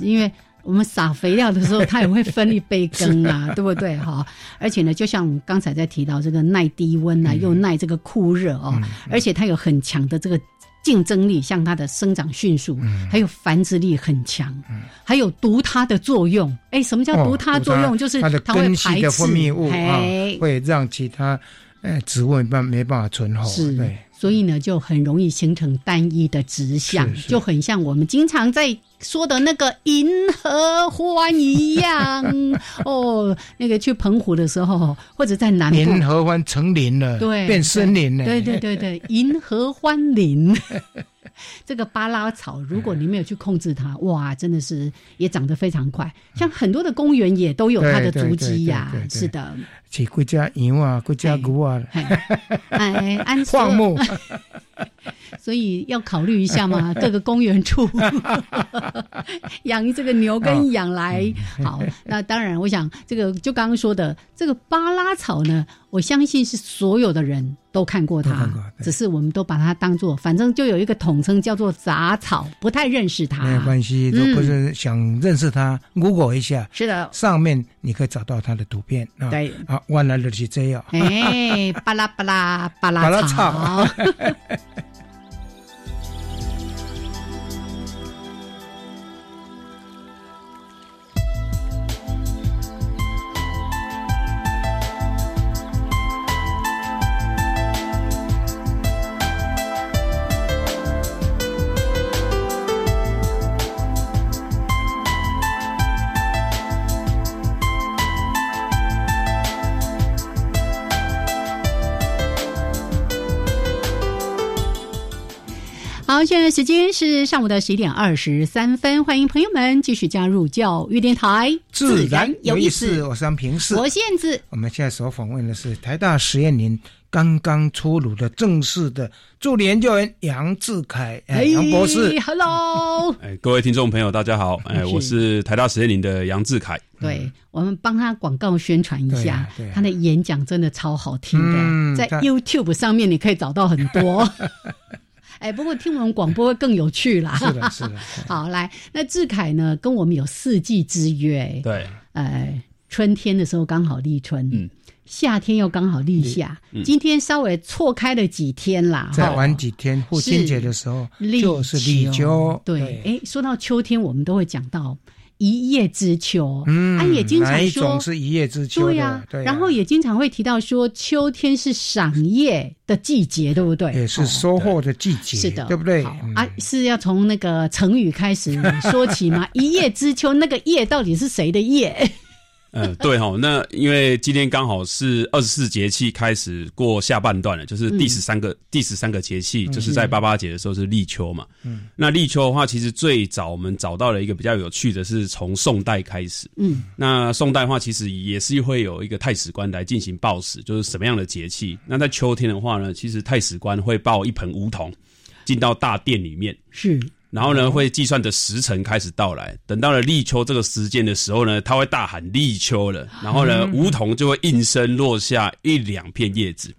[SPEAKER 2] 因为我们撒肥料的时候，它也会分一杯羹 啊，对不对？哈，而且呢，就像我们刚才在提到这个耐低温
[SPEAKER 1] 嗯
[SPEAKER 2] 啊，又耐这个酷热哦，而且它有很强的这个。竞争力，像它的生长迅速，
[SPEAKER 1] 嗯
[SPEAKER 2] 还有繁殖力很强，还有毒它的作用。哎，什么叫
[SPEAKER 1] 哦
[SPEAKER 2] 毒它作用？就是
[SPEAKER 1] 它的
[SPEAKER 2] 会
[SPEAKER 1] 根
[SPEAKER 2] 排
[SPEAKER 1] 系
[SPEAKER 2] 斥
[SPEAKER 1] 的分泌物啊
[SPEAKER 2] 哎，，
[SPEAKER 1] 会让其他呃植物没办没办法存活。
[SPEAKER 2] 是
[SPEAKER 1] 哦对，，
[SPEAKER 2] 所以呢，就很容易形成单一的指向，
[SPEAKER 1] 是是
[SPEAKER 2] 就很像我们经常在说的那个银河欢一 样哦。那个去澎湖的时候，或者在南部，
[SPEAKER 1] 银河湾成林了，
[SPEAKER 2] 对
[SPEAKER 1] 变森林了。
[SPEAKER 2] 对对对 对，银河欢林。 这个巴拉草，如果你没有去控制它，哇，真的是也长得非常快。像很多的公园也都有它的
[SPEAKER 1] 对对
[SPEAKER 2] 足
[SPEAKER 1] 对
[SPEAKER 2] 迹
[SPEAKER 1] 对
[SPEAKER 2] 呀、
[SPEAKER 1] 对对
[SPEAKER 2] 是的，
[SPEAKER 1] 起几只羊啊，几只牛啊，
[SPEAKER 2] 嘿哎，安 叔
[SPEAKER 1] 放牧。
[SPEAKER 2] 所以要考虑一下 嘛，各个公园处养这个牛跟羊来。
[SPEAKER 1] 嗯
[SPEAKER 2] 好，那当然，我想这个就刚刚说的这个巴拉草呢，我相信是所有的人都看过
[SPEAKER 1] 都
[SPEAKER 2] 它
[SPEAKER 1] 看过，对
[SPEAKER 2] 只是我们都把它当做，反正就有一个统称叫做杂草，不太认识它。
[SPEAKER 1] 没有关系，
[SPEAKER 2] 嗯
[SPEAKER 1] 如果是想认识它，Google 一下，
[SPEAKER 2] 是的，
[SPEAKER 1] 上面你可以找到它的图片啊。
[SPEAKER 2] 对。
[SPEAKER 1] 啊，万来的是这样。
[SPEAKER 2] 哎，巴拉巴拉巴拉
[SPEAKER 1] 巴拉
[SPEAKER 2] 草
[SPEAKER 1] 草，
[SPEAKER 2] 好，现在时间是上午的十一点二十三分，欢迎朋友们继续加入教育电台，
[SPEAKER 1] 自然有意思，，我是安平市。
[SPEAKER 2] 我燕子，
[SPEAKER 1] 我们现在所访问的是台大实验林刚刚出炉的正式的助理研究员杨志凯，哎，杨博士。嗯
[SPEAKER 2] ，Hello，
[SPEAKER 4] 哎，各位听众朋友，大家好，哎，
[SPEAKER 2] 是
[SPEAKER 4] 我是台大实验林的杨志凯。
[SPEAKER 2] 对我们帮他广告宣传一
[SPEAKER 1] 对
[SPEAKER 2] 下
[SPEAKER 1] 啊对啊，
[SPEAKER 2] 他的演讲真的超好听的，
[SPEAKER 1] 嗯
[SPEAKER 2] 在
[SPEAKER 1] 他
[SPEAKER 2] YouTube 上面你可以找到很 多。哎，不过听我们广播会更有趣啦。
[SPEAKER 1] 是 的，是的，
[SPEAKER 2] 好，来，那志凯呢，跟我们有四季之约，
[SPEAKER 4] 对，
[SPEAKER 2] 呃，春天的时候刚好立春，
[SPEAKER 4] 嗯
[SPEAKER 2] 夏天又刚好立夏，
[SPEAKER 1] 嗯
[SPEAKER 2] 今天稍微错开了几天啦，
[SPEAKER 1] 再
[SPEAKER 2] 哈
[SPEAKER 1] 玩几天，父亲节的时候就是立秋，
[SPEAKER 2] 对，哎，说到秋天，我们都会讲到一叶知秋，
[SPEAKER 1] 嗯，
[SPEAKER 2] 啊，也经常
[SPEAKER 1] 哪一
[SPEAKER 2] 说
[SPEAKER 1] 种。是一叶知秋
[SPEAKER 2] 对呀、
[SPEAKER 1] 的，对啊，
[SPEAKER 2] 然后也经常会提到说，秋天是赏叶的季节，对不对？
[SPEAKER 1] 也是
[SPEAKER 2] 哦
[SPEAKER 1] 收获的季节，
[SPEAKER 2] 是的，
[SPEAKER 1] 对不对？
[SPEAKER 2] 好
[SPEAKER 1] 嗯
[SPEAKER 2] 啊，是要从那个成语开始说起吗？ 一叶知秋，那个叶到底是谁的叶？
[SPEAKER 4] 嗯，对哈、那因为今天刚好是二十四节气开始过下半段了，就是第十三个、第十三个节气，就是在八八节的时候是立秋嘛。嗯，那立秋的话，其实最早我们找到了一个比较有趣的是从宋代开始。
[SPEAKER 2] 嗯，
[SPEAKER 4] 那宋代的话，其实也是会有一个太史官来进行报时，就是什么样的节气。那在秋天的话呢，其实太史官会报一盆梧桐。进到大殿里面，
[SPEAKER 2] 是
[SPEAKER 4] 然后呢会计算的时辰开始到来。等到了立秋这个时间的时候呢，他会大喊立秋了，然后呢梧桐就会应声落下一两片叶子，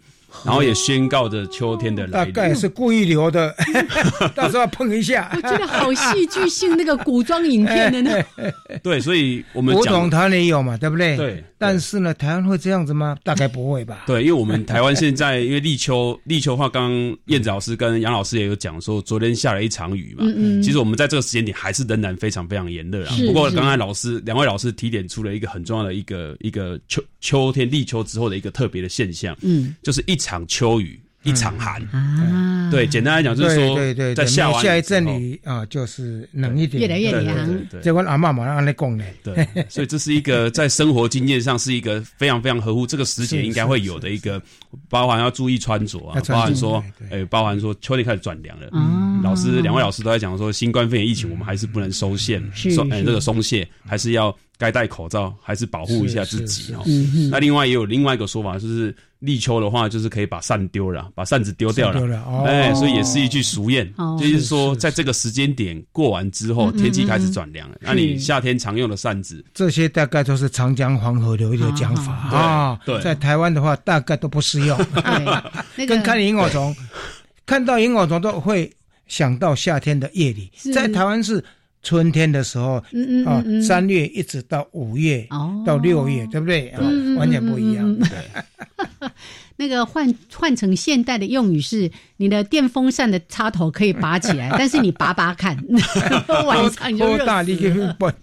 [SPEAKER 4] 然后也宣告着秋天的来
[SPEAKER 1] 大
[SPEAKER 4] 临。
[SPEAKER 1] 概是故意留 的，到时候碰一下。
[SPEAKER 2] 这个哦好戏剧性，那个古装影片的那
[SPEAKER 4] 对，所以我们
[SPEAKER 1] 古
[SPEAKER 4] 讲
[SPEAKER 1] 董它也有嘛，对不对？
[SPEAKER 4] 对
[SPEAKER 1] 但是呢，台湾会这样子吗？大概不会吧。
[SPEAKER 4] 对，因为我们台湾现在因为立秋，立秋的话，刚刚燕子老师跟杨老师也有讲说，昨天下了一场雨嘛。
[SPEAKER 2] 嗯嗯
[SPEAKER 4] 其实我们在这个时间点还是仍然非常非常炎热啊
[SPEAKER 2] 是。
[SPEAKER 4] 不过
[SPEAKER 2] 是
[SPEAKER 4] 刚才老师两位老师提点出了一个很重要的一个一个秋秋天立秋之后的一个特别的现象，
[SPEAKER 2] 嗯
[SPEAKER 4] 就是一场秋雨一场寒。
[SPEAKER 2] 啊，
[SPEAKER 4] 对，简单来讲就是
[SPEAKER 1] 对
[SPEAKER 4] 说，
[SPEAKER 1] 嗯对对，
[SPEAKER 4] 在
[SPEAKER 1] 对
[SPEAKER 4] 下完
[SPEAKER 1] 下一
[SPEAKER 4] 雨之后
[SPEAKER 1] 阵雨啊，就是冷一点，
[SPEAKER 2] 越来越
[SPEAKER 4] 对对
[SPEAKER 2] 凉
[SPEAKER 4] 对对
[SPEAKER 1] 结果阿嬷马上安尼讲呢，
[SPEAKER 4] 对，所以这是一个在生活经验上是一个非常非常合乎这个时节应该会有的一个，包含要注意穿着啊
[SPEAKER 1] 要，穿
[SPEAKER 4] 包含
[SPEAKER 1] 着
[SPEAKER 4] 说，
[SPEAKER 1] 对
[SPEAKER 4] 呃，包含说秋天开始转凉了。
[SPEAKER 2] 啊，
[SPEAKER 4] 老师，两位老师都在讲说，新冠肺炎疫情我们还是不能收线，
[SPEAKER 2] 是
[SPEAKER 4] 松呃
[SPEAKER 2] 是
[SPEAKER 4] 这个松懈，还是要该戴口罩，还是保护一下自己哦。
[SPEAKER 2] 嗯哼
[SPEAKER 4] 那另外也有另外一个说法，就是立秋的话，就是可以把扇丢了，把扇子丢掉了
[SPEAKER 1] 丢。了哦，
[SPEAKER 4] 哎，所以也是一句俗谚，
[SPEAKER 2] 哦
[SPEAKER 4] 就是说，
[SPEAKER 1] 是是
[SPEAKER 4] 在这个时间点过完之后，
[SPEAKER 2] 嗯嗯
[SPEAKER 4] 天气开
[SPEAKER 2] 嗯
[SPEAKER 4] 始
[SPEAKER 2] 嗯
[SPEAKER 4] 转凉了。那你
[SPEAKER 2] 是
[SPEAKER 4] 夏天常用的扇子，
[SPEAKER 1] 这些大概都是长江黄河流域的讲法
[SPEAKER 4] 啊
[SPEAKER 1] 啊
[SPEAKER 4] 对对。
[SPEAKER 1] 在台湾的话，大概都不适 用，
[SPEAKER 2] 对， 那
[SPEAKER 1] 跟看
[SPEAKER 2] 个
[SPEAKER 1] 萤火虫，看到萤火虫都会想到夏天的夜里
[SPEAKER 2] 是，
[SPEAKER 1] 在台湾是春天的时候
[SPEAKER 2] 嗯嗯
[SPEAKER 1] 啊
[SPEAKER 2] 嗯，嗯，
[SPEAKER 1] 三月一直到五月
[SPEAKER 2] 哦
[SPEAKER 1] 到六月，对不对？啊
[SPEAKER 2] 嗯嗯嗯
[SPEAKER 1] 完全不一样。
[SPEAKER 2] 嗯嗯 那个换换成现代的用语是，你的电风扇的插头可以拔起来，但是你拔拔看，晚上就
[SPEAKER 1] 多
[SPEAKER 2] 热
[SPEAKER 1] 大力
[SPEAKER 2] 死
[SPEAKER 1] 气
[SPEAKER 2] 了。
[SPEAKER 1] 去蹦？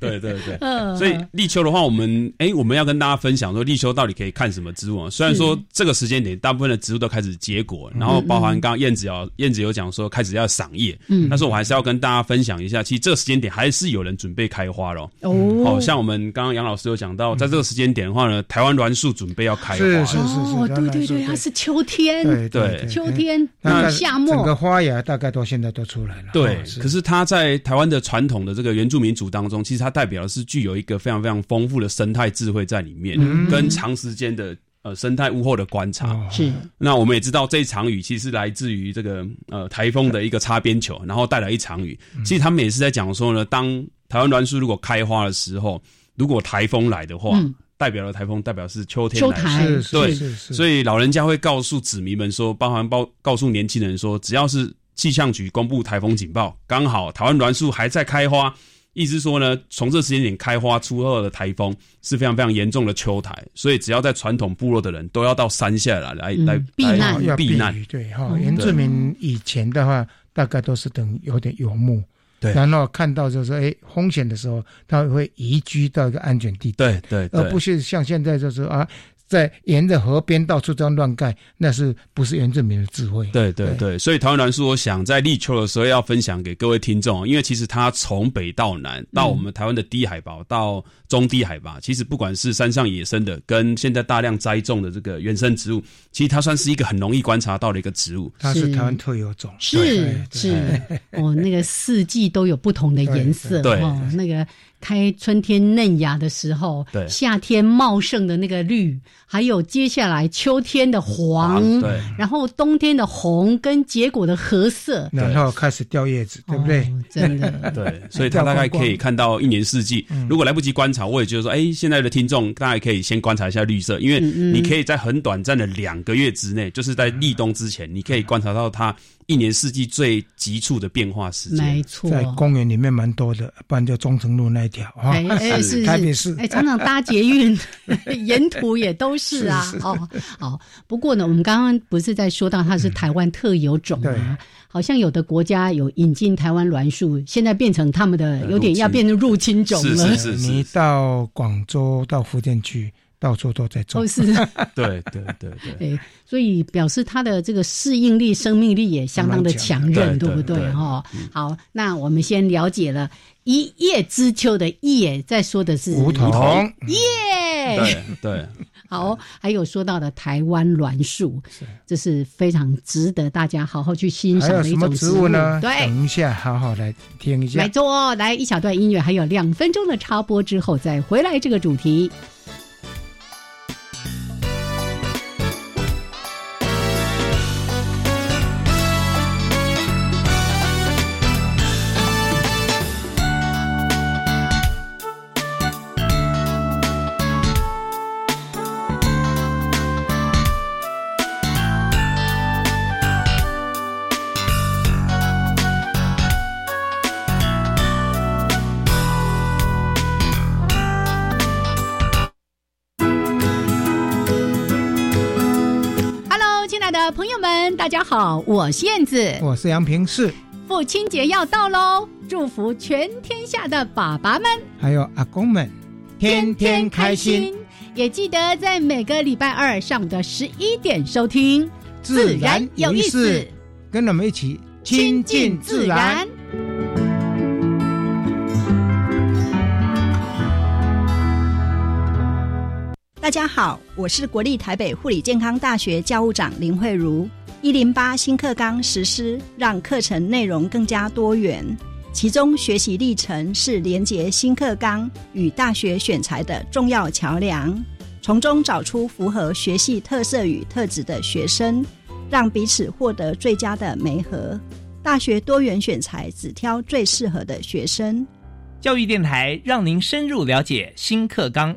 [SPEAKER 4] 对对 对。
[SPEAKER 2] 嗯
[SPEAKER 4] 所以立秋的话，我们哎、我们要跟大家分享说立秋到底可以看什么植物啊？虽然说这个时间点，大部分的植物都开始结果，
[SPEAKER 2] 嗯
[SPEAKER 4] 然后包含刚刚燕子有燕子有讲说开始要赏叶，
[SPEAKER 2] 嗯
[SPEAKER 4] 但是我还是要跟大家分享一下，其实这个时间点还是有人准备开花咯。
[SPEAKER 2] 哦
[SPEAKER 4] 哦，像我们刚刚杨老师有讲到，在这个时间点的话呢，台湾栾树准备要开花了，
[SPEAKER 1] 是是
[SPEAKER 2] 哦，对对对，
[SPEAKER 1] 对
[SPEAKER 2] 它是秋天，
[SPEAKER 1] 对
[SPEAKER 4] 对
[SPEAKER 2] 秋天
[SPEAKER 1] 大概
[SPEAKER 2] 夏
[SPEAKER 1] 整个
[SPEAKER 2] 末，
[SPEAKER 1] 花芽大概都现在都出来了。
[SPEAKER 4] 对
[SPEAKER 1] 哦，
[SPEAKER 4] 可是它在台湾的传统的这个原住民族当中，其实它代表的是具有一个非常非常丰富的生态智慧在里面，跟长时间的呃生态物候的观察。
[SPEAKER 1] 哦
[SPEAKER 2] 是
[SPEAKER 4] 那我们也知道，这一场雨其实来自于这个呃台风的一个擦边球，然后带来一场雨。其实他们也是在讲说呢，当台湾栾树如果开花的时候，如果台风来的话，
[SPEAKER 2] 嗯
[SPEAKER 4] 代表了台风代表是秋天
[SPEAKER 2] 秋
[SPEAKER 4] 来的
[SPEAKER 2] 台
[SPEAKER 1] 是
[SPEAKER 4] 对
[SPEAKER 1] 是是是，
[SPEAKER 4] 所
[SPEAKER 1] 以
[SPEAKER 4] 以老人家会告诉子民们说，包含包告诉年轻人说，只要是气象局公布台风警报，刚好台湾栾树还在开花，意思说呢，从这时间点开花出后的台风是非常非常严重的秋台，所以只要在传统部落的人都要到山下来来
[SPEAKER 2] 嗯
[SPEAKER 4] 来
[SPEAKER 2] 避
[SPEAKER 4] 来
[SPEAKER 2] 难
[SPEAKER 1] 哦要
[SPEAKER 4] 避
[SPEAKER 1] 避
[SPEAKER 4] 难，嗯
[SPEAKER 1] 雨对哈
[SPEAKER 2] 哦。
[SPEAKER 1] 原住民以前的话，大概都是等有点游牧，
[SPEAKER 4] 对
[SPEAKER 1] 然后看到就是说，哎，风险的时候，他会移居到一个安全地带，
[SPEAKER 2] 呃
[SPEAKER 4] 对对
[SPEAKER 1] 而不
[SPEAKER 4] 对，
[SPEAKER 1] 是像现在就是啊，在沿着河边到处这样乱盖，那是不是原住民的智慧？
[SPEAKER 4] 对对对，所以台湾栾树，我想在立秋的时候要分享给各位听众，因为其实它从北到南，到我们台湾的低海拔到中低海拔，其实不管是山上野生的，跟现在大量栽种的这个原生植物，其实它算是一个很容易观察到的一个植物。
[SPEAKER 1] 它是
[SPEAKER 2] 是
[SPEAKER 1] 台湾特有种，
[SPEAKER 2] 是是，哦，那个四季都有不同的颜色
[SPEAKER 4] 对对
[SPEAKER 2] 哦。那个开春天嫩芽的时候，
[SPEAKER 4] 对
[SPEAKER 2] 夏天茂盛的那个绿，还有接下来秋天的黄，
[SPEAKER 4] 对，
[SPEAKER 2] 然后冬天的红跟结果的褐色，
[SPEAKER 1] 然后开始掉叶子，对不对？
[SPEAKER 2] 哦、真的，
[SPEAKER 4] 对，所以他大概可以看到一年四季。如果来不及观察，我也觉得说，哎，现在的听众大概可以先观察一下绿色，因为你可以在很短暂的两个月之内，就是在立冬之前，你可以观察到它一年四季最急促的变化时
[SPEAKER 2] 没
[SPEAKER 4] 间。
[SPEAKER 2] 错。
[SPEAKER 1] 在公园里面蛮多的，不然就中城路那一条哈。
[SPEAKER 2] 哎哎
[SPEAKER 4] 是
[SPEAKER 2] 是
[SPEAKER 1] 台北市
[SPEAKER 2] 哎常常搭捷运，沿途也都是啊哦好。不过呢，我们刚刚不是在说到它是台湾特有种
[SPEAKER 1] 对
[SPEAKER 2] 吗？好像有的国家有引进台湾栾树，现在变成他们的
[SPEAKER 4] 入
[SPEAKER 2] 有点要
[SPEAKER 4] 侵
[SPEAKER 2] 变成入侵种
[SPEAKER 4] 是
[SPEAKER 2] 了
[SPEAKER 4] 是，是
[SPEAKER 1] 你
[SPEAKER 4] 是，
[SPEAKER 1] 到广州、到福建去，到处都在种
[SPEAKER 2] 都。是
[SPEAKER 4] 对对对对。
[SPEAKER 2] 对，所以表示它的这个适应力、生命力也相当的强韧，
[SPEAKER 4] 蛮强的
[SPEAKER 2] 对不
[SPEAKER 4] 对
[SPEAKER 2] 对？
[SPEAKER 4] 对
[SPEAKER 2] 哈，好，那我们先了解了一叶知秋的叶，再说的是
[SPEAKER 1] 梧桐
[SPEAKER 4] 桐，
[SPEAKER 2] 叶。
[SPEAKER 4] 对对，
[SPEAKER 2] 好，哦
[SPEAKER 1] 嗯
[SPEAKER 2] 还有说到的台湾栾树，这是非常值得大大家好好去欣
[SPEAKER 1] 还
[SPEAKER 2] 赏
[SPEAKER 1] 有
[SPEAKER 2] 的一
[SPEAKER 1] 什么
[SPEAKER 2] 种
[SPEAKER 1] 植
[SPEAKER 2] 物
[SPEAKER 1] 物呢？
[SPEAKER 2] 对，
[SPEAKER 1] 等一下好好来听一下
[SPEAKER 2] 来。做来一小段音乐，还有两分钟的插播之后再回来这个主题。
[SPEAKER 3] 天
[SPEAKER 2] 的朋友们，大家好，我是燕子。
[SPEAKER 1] 我是杨平四，
[SPEAKER 2] 父亲节要到喽，祝福全天下的爸爸们
[SPEAKER 1] 还有阿公们，天天开心，。
[SPEAKER 2] 也记得在每个礼拜二上午的十一点收听《
[SPEAKER 1] 自然有意思，跟我们一起亲近自然。
[SPEAKER 5] 大家好，我是国立台北护理健康大学教务长林慧茹。一零八新课纲实施，让课程内容更加多元，其中学习历程是连结新课纲与大学选材的重要桥梁，从中找出符合学系特色与特质的学生，让彼此获得最佳的媒合。大学多元选材只挑最适合的学生。
[SPEAKER 6] 教育电台让您深入了解新课纲。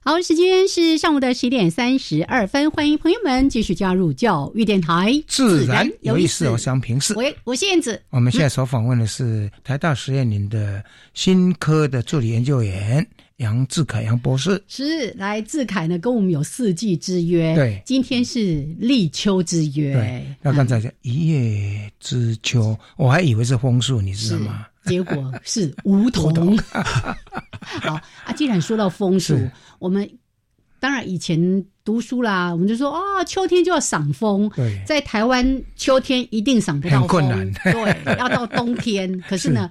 [SPEAKER 2] 好，时间是上午的十一点三十二分，欢迎朋友们继续加入教育电台，
[SPEAKER 1] 自然有意思，我哦是杨平四。
[SPEAKER 2] 我我是燕子，
[SPEAKER 1] 我们现在所访问的是台大实验林的新科的助理研究员杨志凯杨博士。
[SPEAKER 2] 是来自凯呢，跟我们有四季之约，
[SPEAKER 1] 对
[SPEAKER 2] 今天是立秋之约
[SPEAKER 1] 对，，那刚才讲一叶知秋，我还以为是枫树，你知道
[SPEAKER 2] 是
[SPEAKER 1] 吗？
[SPEAKER 2] 结果是梧桐。 好啊，既然说到风俗
[SPEAKER 1] 是，
[SPEAKER 2] 我们当然以前读书啦，我们就说啊、秋天就要赏枫。
[SPEAKER 1] 对，
[SPEAKER 2] 在台湾秋天一定赏不到
[SPEAKER 1] 很困
[SPEAKER 2] 风，
[SPEAKER 1] 难
[SPEAKER 2] 对，要到冬天。可是呢，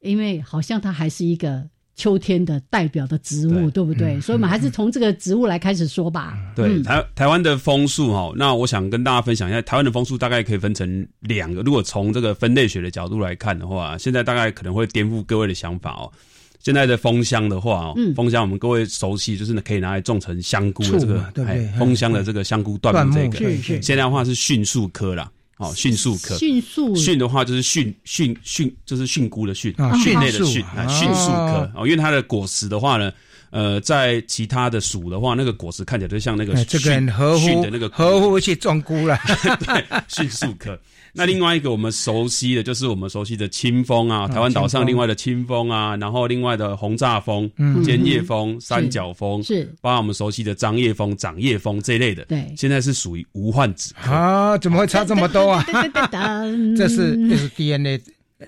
[SPEAKER 2] 因为好像它还是一个秋天的代表的植物，对
[SPEAKER 4] 对
[SPEAKER 2] 不对？
[SPEAKER 1] 嗯
[SPEAKER 2] 所以我们还是从这个植物来开始说吧。
[SPEAKER 4] 对
[SPEAKER 2] 嗯
[SPEAKER 4] 台台湾的枫树哈，那我想跟大家分享一下，台湾的枫树大概可以分成两个。如果从这个分类学的角度来看的话，现在大概可能会颠覆各位的想法哦。现在的枫香的话哦
[SPEAKER 2] 嗯，
[SPEAKER 4] 枫香我们各位熟悉，就是可以拿来种成香菇的这
[SPEAKER 1] 醋
[SPEAKER 4] 个
[SPEAKER 1] 嘛，对不对
[SPEAKER 4] 哎枫香的这个香菇椴
[SPEAKER 1] 灌
[SPEAKER 4] 木这
[SPEAKER 1] 木
[SPEAKER 4] 个。
[SPEAKER 1] 是是
[SPEAKER 4] 现在的话是迅速科啦，哦，迅速科，
[SPEAKER 2] 迅速
[SPEAKER 4] 蕈的话就是蕈蕈蕈，就是蕈菇的蕈，
[SPEAKER 1] 嗯啊
[SPEAKER 4] 蕈类的
[SPEAKER 1] 蕈
[SPEAKER 4] 蕈
[SPEAKER 1] 树，
[SPEAKER 4] 啊蕈树科
[SPEAKER 1] 哦
[SPEAKER 4] 哦，因为它的果实的话呢，呃，在其他的属的话，那个果实看起来就像那个
[SPEAKER 1] 哎，这个很
[SPEAKER 4] 蕈
[SPEAKER 1] 合
[SPEAKER 4] 蕈
[SPEAKER 1] 乎
[SPEAKER 4] 的那个
[SPEAKER 1] 合 乎去种菇了，
[SPEAKER 4] 蕈树科。那另外一个我们熟悉的就是我们熟悉的清风啊，
[SPEAKER 1] 啊
[SPEAKER 4] 台湾岛
[SPEAKER 1] 清风
[SPEAKER 4] 上另外的清风啊，然后另外的红炸风、
[SPEAKER 1] 嗯
[SPEAKER 4] 尖叶风、三角 风，
[SPEAKER 2] 是
[SPEAKER 4] 包括我们熟悉的张叶风、掌叶风这一类的，
[SPEAKER 2] 对
[SPEAKER 4] 现在是属于无患子科。
[SPEAKER 1] 啊，怎么会差这么多啊？
[SPEAKER 2] 噔噔噔噔
[SPEAKER 1] 这是这是 DNA，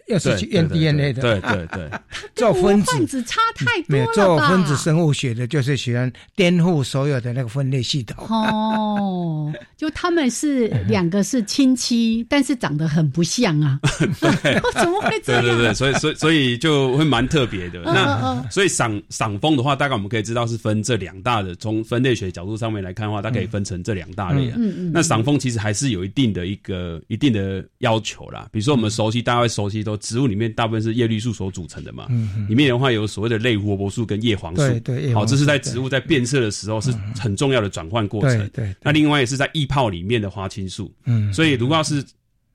[SPEAKER 1] 又是去验 DNA 的，
[SPEAKER 4] 对对对，
[SPEAKER 1] 做分子
[SPEAKER 2] 跟我。子差太多
[SPEAKER 1] 没
[SPEAKER 2] 了
[SPEAKER 1] 有
[SPEAKER 2] 吧？
[SPEAKER 1] 做分子生物学的，就是喜欢颠覆所有的那个分类系统。
[SPEAKER 2] 哦，就他们是两个是亲戚，但是长得很不像 啊， 怎么会这
[SPEAKER 4] 对
[SPEAKER 2] 样？
[SPEAKER 4] 对对，所以所以所以就会蛮特别的。
[SPEAKER 2] 嗯嗯
[SPEAKER 4] 那所以赏赏枫的话，大概我们可以知道是分这两大的，从分类学角度上面来看的话，它可以
[SPEAKER 1] 嗯
[SPEAKER 4] 分成这两大类啊。
[SPEAKER 2] 嗯嗯，
[SPEAKER 4] 那赏枫其实还是有一定的一个一定的要求啦，比如说我们熟悉，大家会熟悉都植物里面大部分是叶绿素所组成的嘛，
[SPEAKER 1] 嗯，
[SPEAKER 4] 里面的话有所谓的类胡萝卜素跟叶黄素，
[SPEAKER 1] 对对叶黄素
[SPEAKER 4] 好，这是在植物在变色的时候是很重要的转换过
[SPEAKER 1] 对
[SPEAKER 4] 程。
[SPEAKER 1] 对，
[SPEAKER 4] 那另外也是在易泡里面的花青素，
[SPEAKER 1] 嗯，
[SPEAKER 4] 所以如果要是